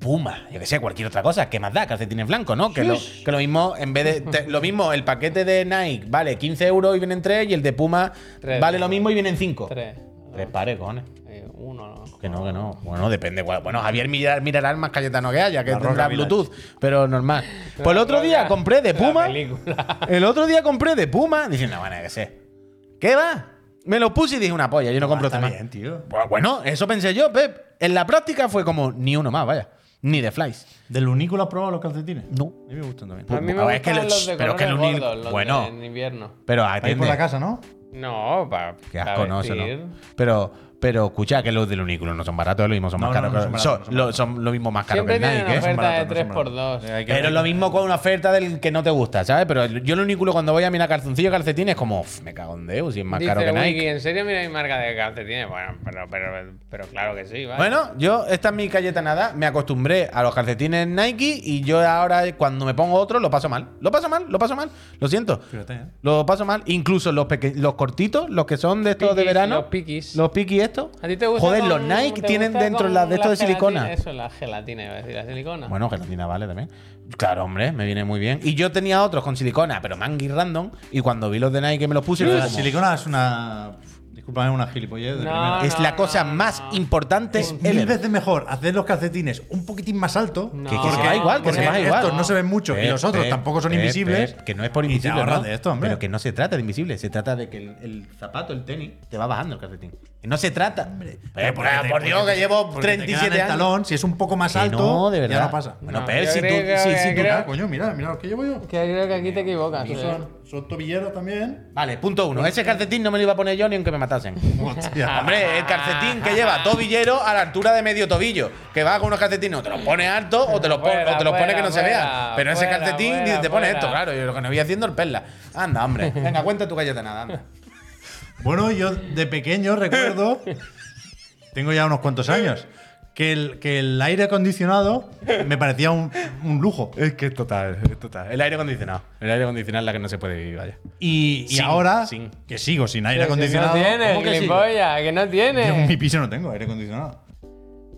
Puma, yo que sé, cualquier otra cosa. ¿Qué más da? Calcetines blancos, ¿no? Que lo, que lo mismo, en vez de. te- lo mismo, el paquete de Nike vale 15 euros y vienen 3, y el de Puma Tres. vale lo mismo y vienen 5. es. Tres. Tres pares, cojones. Eh, Uno, no. Que no, que no. Bueno, depende. igual. Bueno, Javier mirar, mirará el más cayetano que haya, que La tendrá Roca Village. Bluetooth, pero normal. Pues el otro día compré de La Puma. película. El otro día compré de Puma. Diciendo, bueno, que sé. ¿Qué va? Me lo puse y dije una polla, yo no compro Ah, Está este bien, más. tío. Pues Bueno, eso pensé yo, Pep. En la práctica fue como ni uno más, vaya. Ni de flies. ¿De Lunícola has probado los calcetines? No. A mí me gustan también. A mí me A ver, gustan Pues es que lo- los de pero que colores el uni- gordos, los bueno. de en invierno. Pero Ahí por atiende. la casa, ¿no? No, para Qué asco, no, eso no. vestir. Pero, pero escucha que los del unículo no son baratos, lo mismo son No, más no, caros. no son que- baratos, no son, son baratos. lo- son lo mismo más caros que Siempre el tienen Nike, ¿eh? Son oferta de baratos, son 3x2. baratos. Eh, Hay que- Pero lo mismo con una oferta del que no te gusta, ¿sabes? Pero el- yo lo único cuando voy a mirar calzoncillo calcetines es como, "Uf, me cago en Deus, y es más Dice caro que Wiki, Nike. ¿en serio mira mi marca de calcetines? Bueno, pero, pero, pero claro que sí, ¿vale? Bueno, yo, esta es mi nada me acostumbré a los calcetines Nike y yo ahora cuando me pongo otro lo paso mal. Lo paso mal, lo paso mal, lo siento. Fíjate, ¿eh? Lo paso mal, incluso los, peque- los cortitos, los que son de estos de Piquis, verano. los piquis. Los piquis estos. ¿A ti te gusta Joder, con- los te Nike gusta tienen dentro con la de estos de la silicona. gelatina? Eso, la gelatina, iba a decir, la silicona. Bueno, gelatina vale también. Claro, hombre, me viene muy bien. Y yo tenía otros con silicona, pero mangy random. Y cuando vi los de Nike me los puse, fue la como, silicona es una. Disculpame, una gilipollez de No, primera. es la No, cosa no, más no. importante Es ever". mil veces mejor hacer los calcetines un poquitín más alto. No. Que, que se va igual, que porque se va igual. Estos no se ven mucho y Pep, los otros Pep, tampoco son Pep, invisibles. Pep, eh, que no es por Y te invisible. ahorras ¿no? de esto, hombre. Pero que no se trata de invisible, se trata de que el, el zapato, el tenis, te va bajando el calcetín. Que no se trata. Eh, por, Porque te- por Dios, porque que te- llevo porque te queda en 37 el años. talón, si es un poco más Que alto, no, de verdad. ya no pasa. Bueno, No, Pep, yo si tú, creo que- si, si yo tú- creo- Ah, coño, mira, mira lo que llevo yo. Que creo que aquí te equivocas. Estos ¿eh? Son, son tobilleros <laughs> también. Vale, punto uno. Ese calcetín no me lo iba a poner yo ni aunque <laughs> me matasen. Hostia. Hombre, el calcetín que lleva tobillero a la altura de medio tobillo. Que va con unos calcetines, o te los pones alto o te los, pon- Fuera, o te los pones fuera, que no se fuera, vean. Pero ese fuera, calcetín fuera, dice, te pone fuera. esto, claro. Yo lo que no voy haciendo el perla. Anda, hombre. Venga, cuenta tu galletanada, anda. Bueno, yo de pequeño <laughs> recuerdo, tengo ya unos cuantos años, que el, que el aire acondicionado me parecía un, un lujo. Es que es total, es total. El aire acondicionado. El aire acondicionado es la que no se puede vivir, vaya. Y, y Sin- ahora, sin. que sigo sin aire Que acondicionado. no tiene, ¿cómo que sigo? gilipollas, que no Yo en mi tiene. piso no tengo aire acondicionado.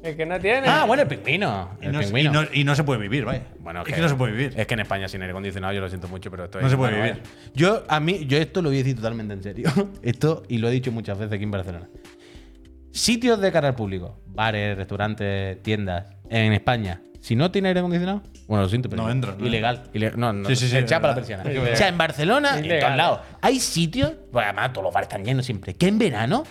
El que no tiene. Ah, bueno, el pingüino. Y el no, se- y, pingüino. no, y no se puede vivir, vaya. Bueno, es que no se puede vivir. Es que en España sin aire acondicionado, yo lo siento mucho, pero esto No es- se puede bueno, vivir. vaya. Yo, a mí, yo esto lo voy a decir totalmente en serio. <laughs> Esto, y lo he dicho muchas veces aquí en Barcelona. Sitios de cara al público, bares, restaurantes, tiendas, en España, si no tiene aire acondicionado, bueno, lo siento, pero No entran, no ilegal. Ile- no, no, Sí, sí, sí, se es echa para la verdad. persiana. Ilegal. <laughs> O sea, en Barcelona, en Ilegal. todos lados, hay sitios, bueno, además todos los bares están llenos siempre, que en verano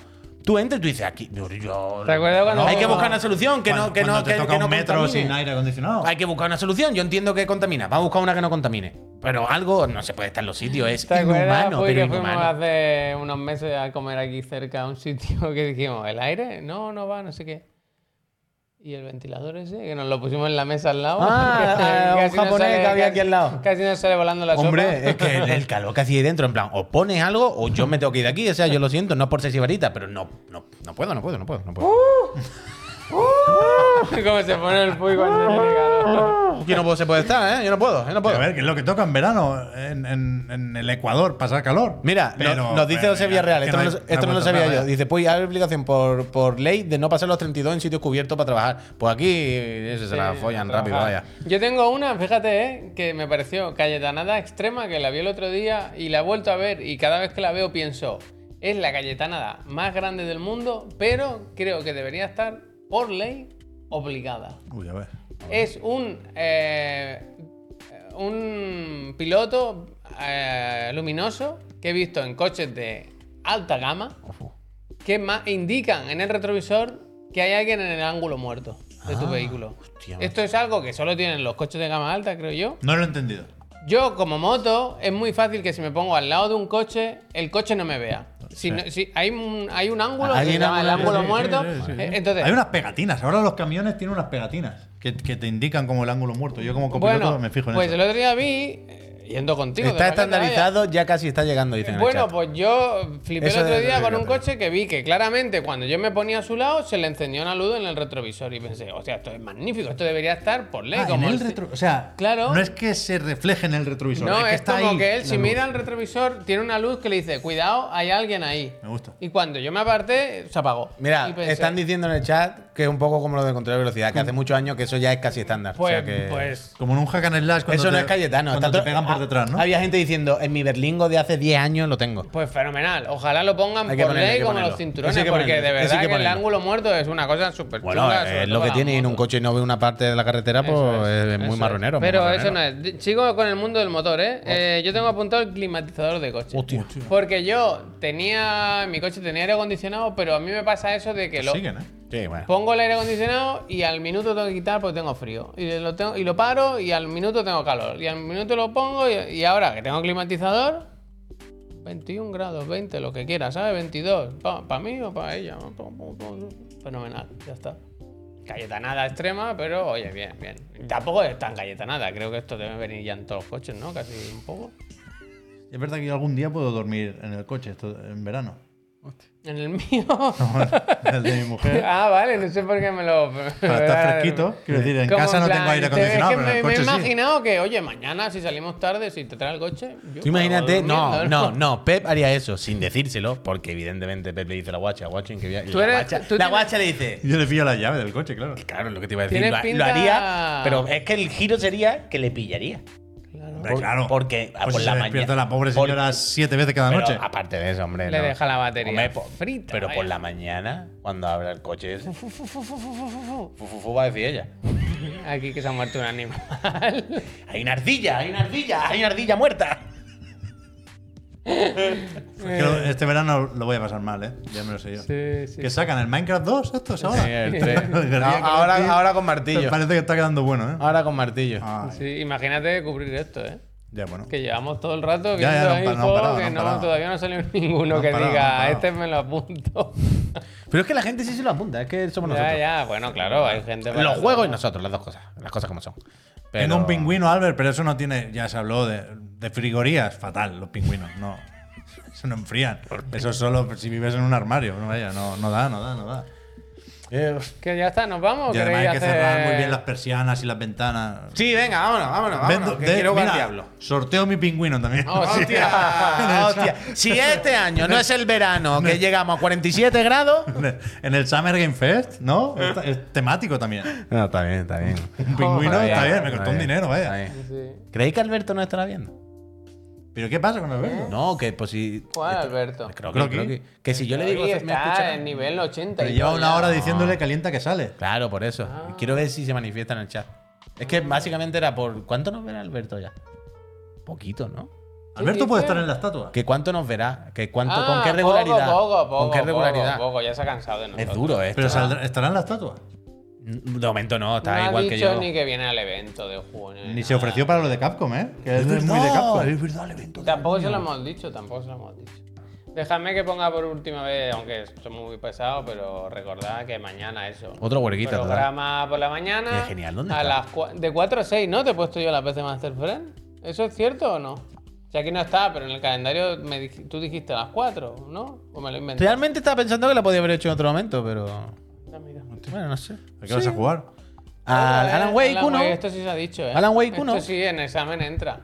tú entras y tú dices, aquí, yo, yo- ¿Te acuerdas cuando- hay que buscar una solución, que Cuando- no, que cuando no, te que, toca que un no metro contamine. sin aire acondicionado. <laughs> Hay que buscar una solución. Yo entiendo que contamina. Vamos a buscar una que no contamine. Pero algo no se puede estar en los sitios. Es ¿Te acuerdas inhumano, Puy, pero que fuimos inhumano. hace unos meses a comer aquí cerca a un sitio <laughs> que dijimos, ¿el aire? No, no va, no sé qué. Y el ventilador ese, que nos lo pusimos en la mesa al lado. <laughs> Ah, Casi un nos japonés sale- que había casi- aquí al lado. Casi nos sale volando la sopa. <laughs> Hombre, eh. es que el- el calor que hacía ahí dentro, en plan, o pones algo o yo me tengo que ir de aquí. O sea, yo lo siento, no es por ser sibarita, pero no, no, no puedo, no puedo, no puedo, no puedo. Uh. Como se pone el Puy cuando tiene calor. Yo no puedo, se puede estar, ¿eh? Yo no puedo, yo no puedo. A ver, que es lo que toca en verano, en, en- en el Ecuador, pasar calor. Mira, no- Pero- nos dice pero, José mira, Villarreal, es que esto no, hay- lo- esto no lo hay ¿eh? sabía vuelta yo. atrás, Dice, pues hay obligación por, por ley de no pasar los 32 en sitios cubiertos para trabajar. Pues aquí eso se la Sí, follan a rápido, trabajar. vaya. Yo tengo una, fíjate, eh, que me pareció Cayetanada extrema, que la vi el otro día y la he vuelto a ver y cada vez que la veo pienso, es la Cayetanada más grande del mundo, pero creo que debería estar por ley obligada. vaya. Uy, a ver. Es un, eh, un piloto eh, luminoso que he visto en coches de alta gama que ma- indican en el retrovisor que hay alguien en el ángulo muerto de tu vehículo. hostia. Esto es algo que solo tienen los coches de gama alta, creo yo. No lo he entendido. Yo, como moto, es muy fácil que si me pongo al lado de un coche, el coche no me vea. Si no- si hay, un, hay un ángulo, que Hay se un llama el ángulo, ángulo sí, muerto. sí, sí, sí. Eh, Entonces, Hay unas pegatinas. Ahora los camiones tienen unas pegatinas que, que te indican como el ángulo muerto. Yo como copiloto Bueno, me fijo en pues eso. el otro día vi eh, Yendo contigo. de Está paquete, vaya. estandarizado, ya casi está llegando, dicen. en el Bueno, chat. pues yo flipé Eso el otro de- día de- con un de- coche que vi que claramente cuando yo me ponía a su lado se le encendió una luz en el retrovisor y pensé, hostia, esto es magnífico, esto debería estar por ley. Ah, en como el si- retro- o sea, Claro. no es que se refleje en el retrovisor. No, es es, que está como ahí que él, la si luz. mira el retrovisor, tiene una luz que le dice, cuidado, hay alguien ahí. Me gusta. Y cuando yo me aparté, se apagó. Mira, Y pensé, están diciendo en el chat que es un poco como lo de control de velocidad, que hace Mm. muchos años que eso ya es casi estándar. Pues, o sea que- pues Como en un hack and slash cuando eso no te- es Cayetano. Cuando está te to- pegan por ah, detrás, ¿no? Había gente diciendo, en mi berlingo de hace 10 años lo tengo. Pues fenomenal. Ojalá lo pongan por Hay que ponerlo, hay ley que como ponerlo. los cinturones, Ese hay que porque ponerlo, de ese hay verdad que que, el ponerlo. ángulo muerto es una cosa súper Bueno, es lo que tiene en un coche y no ve una parte de la carretera, pues es, muy marronero. muy Pero marronero. eso no es. Di- Sigo con el mundo del motor, ¿eh? Eh, yo tengo apuntado el climatizador de coche. Hostia. Porque yo tenía. Mi coche tenía aire acondicionado, pero a mí me pasa eso de que lo. Siguen, ¿eh? Sí, bueno. Pongo el aire acondicionado y al minuto tengo que quitar porque tengo frío. Y lo, tengo, y lo paro y al minuto tengo calor. Y al minuto lo pongo y, y ahora que tengo climatizador, 21 grados, 20, lo que quiera, ¿sabes? 22. ¿Para mí o para ella? Pum, pum, pum. Fenomenal, ya está. Galletanada extrema, pero oye, bien, bien. Tampoco es tan galletanada, creo que esto debe venir ya en todos los coches, ¿no? Casi un poco. Es verdad que yo algún día puedo dormir en el coche esto, en verano. <laughs> En el <laughs> mío. el de mi mujer. <laughs> ah, vale, no sé por qué <laughs> me lo. Para estar fresquito. Quiero decir, en Como casa no plan, tengo aire te ves acondicionado, que pero me, en el me coche he sí. imaginado que, oye, mañana si salimos tarde, si te trae el coche. yo Tú imagínate, acabo no, durmiendo, no, no, Pep haría eso sin decírselo, porque evidentemente Pep le dice a la guacha, guacho, en que via- y Tú la eres- guacha, tú la tienes- guacha le dice, Yo le pillo la llave del coche, claro. claro, lo que te iba a decir, Tienes lo, ha- lo pinta- haría, pero es que el giro sería que le pillaría. <laughs> Claro. Hombre, claro. Porque ah, Pues por si se la mañana. despierta la pobre Por- señora siete veces cada pero ah, noche. aparte de eso, hombre. Le no. deja la batería po- frita, Pero por vaya. la mañana, cuando abra el coche, ese, fu, fu, fu, fu, va a decir ella. Aquí que se ha muerto un <laughs> animal. Hay una ardilla, hay una ardilla, hay una ardilla muerta. Creo Eh. que este verano lo voy a pasar mal, ¿eh? Ya me lo sé <laughs> yo. sí, sí. ¿Qué sacan? ¿El Minecraft 2 estos ahora? Sí, <laughs> el Guerrilla tres. No, con ahora- martillo. ahora con martillo. Parece que está quedando bueno, ¿eh? Ahora con martillo. Ay, Sí, imagínate cubrir esto, ¿eh? Ya, bueno. Que llevamos todo el rato Ya, ya, viendo no han ahí pa- no han juegos parado, no que han no, parado. todavía no ha salido <laughs> ninguno No han que parado, no han diga, parado. este me lo <laughs> apunto. Pero es que la gente sí se lo apunta, es que somos ya, nosotros. ya, bueno, claro, hay gente. para Los todo, juegos y ¿no? nosotros, las dos cosas. Las cosas como son. Pero... Tengo un pingüino, Albert, pero eso no tiene. Ya se habló de, de frigorías. Fatal, los pingüinos. No. <laughs> Eso no enfrían. Eso solo si vives en un armario. No, vaya, no, no da, no da, no da. Eh, Que ya está, ¿nos vamos? Y ¿O además hay que queréis cerrar hacer- muy bien <laughs> las persianas y las ventanas. Sí, venga, vámonos, vámonos, vámonos. Vendo- que de- quiero jugar al mira, <laughs> diablo. Ah, Sorteo mi pingüino también. <laughs> Hostia, hostia. Si este año no es el verano <laughs> que llegamos a 47 grados. en el Summer Game Fest, ¿no? Está- Es temático también. No, está bien, está bien. Un pingüino, Está está bien, bien, me está costó un bien, dinero, está vaya. bien. Sí. ¿Creéis que Alberto no estará viendo? ¿Pero qué pasa con Alberto? No, que pues si. ¿Cuál, Alberto? Creo que, Croqui. creo que, que si yo le Ahí digo. está me escucha. en nivel 80. Pero y lleva todo una ya. hora diciéndole calienta que sale. Claro, por eso. Ah. Quiero ver si se manifiesta en el chat. Es que básicamente era por. ¿Cuánto nos verá Alberto ya? Poquito, ¿no? Alberto dice? puede estar en la estatua. ¿Que cuánto nos verá? ¿Que cuánto, Ah, ¿Con qué regularidad? Poco, poco, poco, ¿Con qué regularidad? Poco, poco, ya se ha cansado de nosotros. Es duro esto. Pero saldrá- estará en la estatua. De momento no, está no igual ha que dicho yo. ni que viene al evento de junio. Ni se ofreció para lo de Capcom, ¿eh? Que es, muy de verdad. Capcom. Es verdad, el evento. Tampoco se lo hemos dicho, tampoco se lo hemos dicho. Dejadme que ponga por última vez, aunque soy muy pesado, pero recordad que mañana eso. Otro huerguita, total. Programa por la mañana. Qué genial, ¿dónde a está? las cua- de 4 a 6, ¿no? Te he puesto yo la PC Master Friend. ¿Eso es cierto o no? O sea, aquí no está, pero en el calendario me dij- tú dijiste a las 4, ¿no? ¿O me lo inventé? Realmente estaba pensando que la podía haber hecho en otro momento, pero. Ah, mira. Bueno, no sé. ¿A qué vas a jugar? Al Otra Alan vez, Wake 1. Esto sí se ha dicho, ¿eh? Alan Wake uno. Esto sí, en examen entra.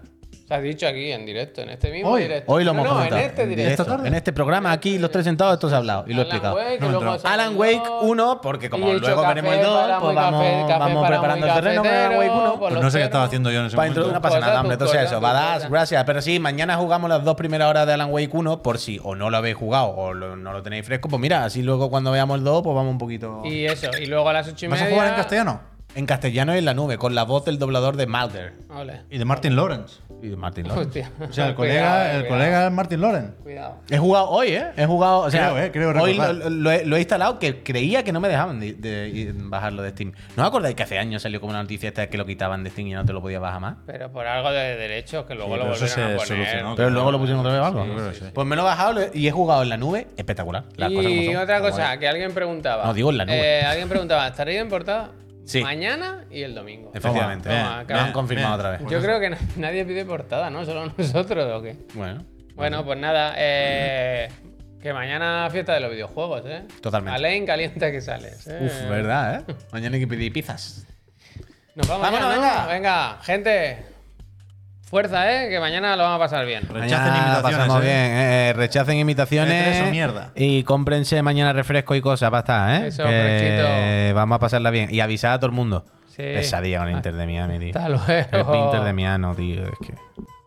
Se ha dicho aquí, en directo, en este mismo Hoy, directo. Hoy lo No, hemos no, comentado. en este en directo. directo, tarde. en este programa, aquí, los tres sentados, esto se ha hablado y lo he explicado. Alan Wake, No me luego entró. se Alan mandó. Wake 1, porque como Y he luego hecho veremos el café 2, para pues muy vamos, café, café vamos para preparando muy el terreno para Alan Wake cafetero, 1. por Pues los no sé qué perros. estaba haciendo yo en ese Para momento. introducir, no Tus pasa cosas, nada, hombre. tus Entonces, cosas, eso, tus badass, cosas. gracias. Pero sí, mañana jugamos las dos primeras horas de Alan Wake 1, por si o no lo habéis jugado o lo- no lo tenéis fresco, pues mira, así luego cuando veamos el 2, pues vamos un poquito. Y eso, y luego a las 8 y ¿Vas media. a jugar en castellano? En castellano y en la nube, con la voz del doblador de Mulder Ole. <laughs> Y de Martin Lawrence. y de Martin Lawrence. Hostia. <laughs> O sea, Cuidado, el colega, el cuidado, colega es Martin Lawrence. Cuidado. He jugado hoy, ¿eh? He jugado, o sea, Creo, eh, creo hoy lo, recordar. lo he, lo he instalado que creía que no me dejaban de, de- de bajarlo de Steam. ¿No os acordáis que hace años salió como una noticia esta que lo quitaban de Steam y no te lo podías bajar más? Pero por algo de derechos que luego Sí, lo pero eso volvieron a se poner. solucionó. Pero luego lo pusieron otra vez o algo. Sí, creo que sí. Pues me lo he bajado lo he- y he jugado en la nube, espectacular. Las cosas como Y son. otra Como cosa que alguien preguntaba. No, digo en la nube. Eh, alguien preguntaba, ¿estaréis en portada? Sí. mañana y el domingo. Efectivamente. Toma, Me cabrón. han confirmado otra vez. Yo creo que <laughs> na- nadie pide portada, ¿no? Solo nosotros o qué. Bueno. Bueno, pues nada, eh, que mañana fiesta de los videojuegos, ¿eh? Totalmente. Alain calienta que sales. ¿eh? Uf, verdad, <laughs> ¿eh? Mañana hay que pedir pizzas. Nos vamos ya, Vámonos, ¿no? venga. Venga, gente. Fuerza, ¿eh? Que mañana lo vamos a pasar bien. Rechacen Mañana la imitaciones, pasamos ¿eh? bien, eh, Rechacen imitaciones. E3 o mierda. Y cómprense mañana refresco y cosas, basta, ¿eh? Eso, Que fresquito. Vamos a pasarla bien. Y avisad a todo el mundo. Sí. Ah. Pesadilla con el Inter de Miami, tío. Hasta luego. El Inter de Miami, tío. Es que.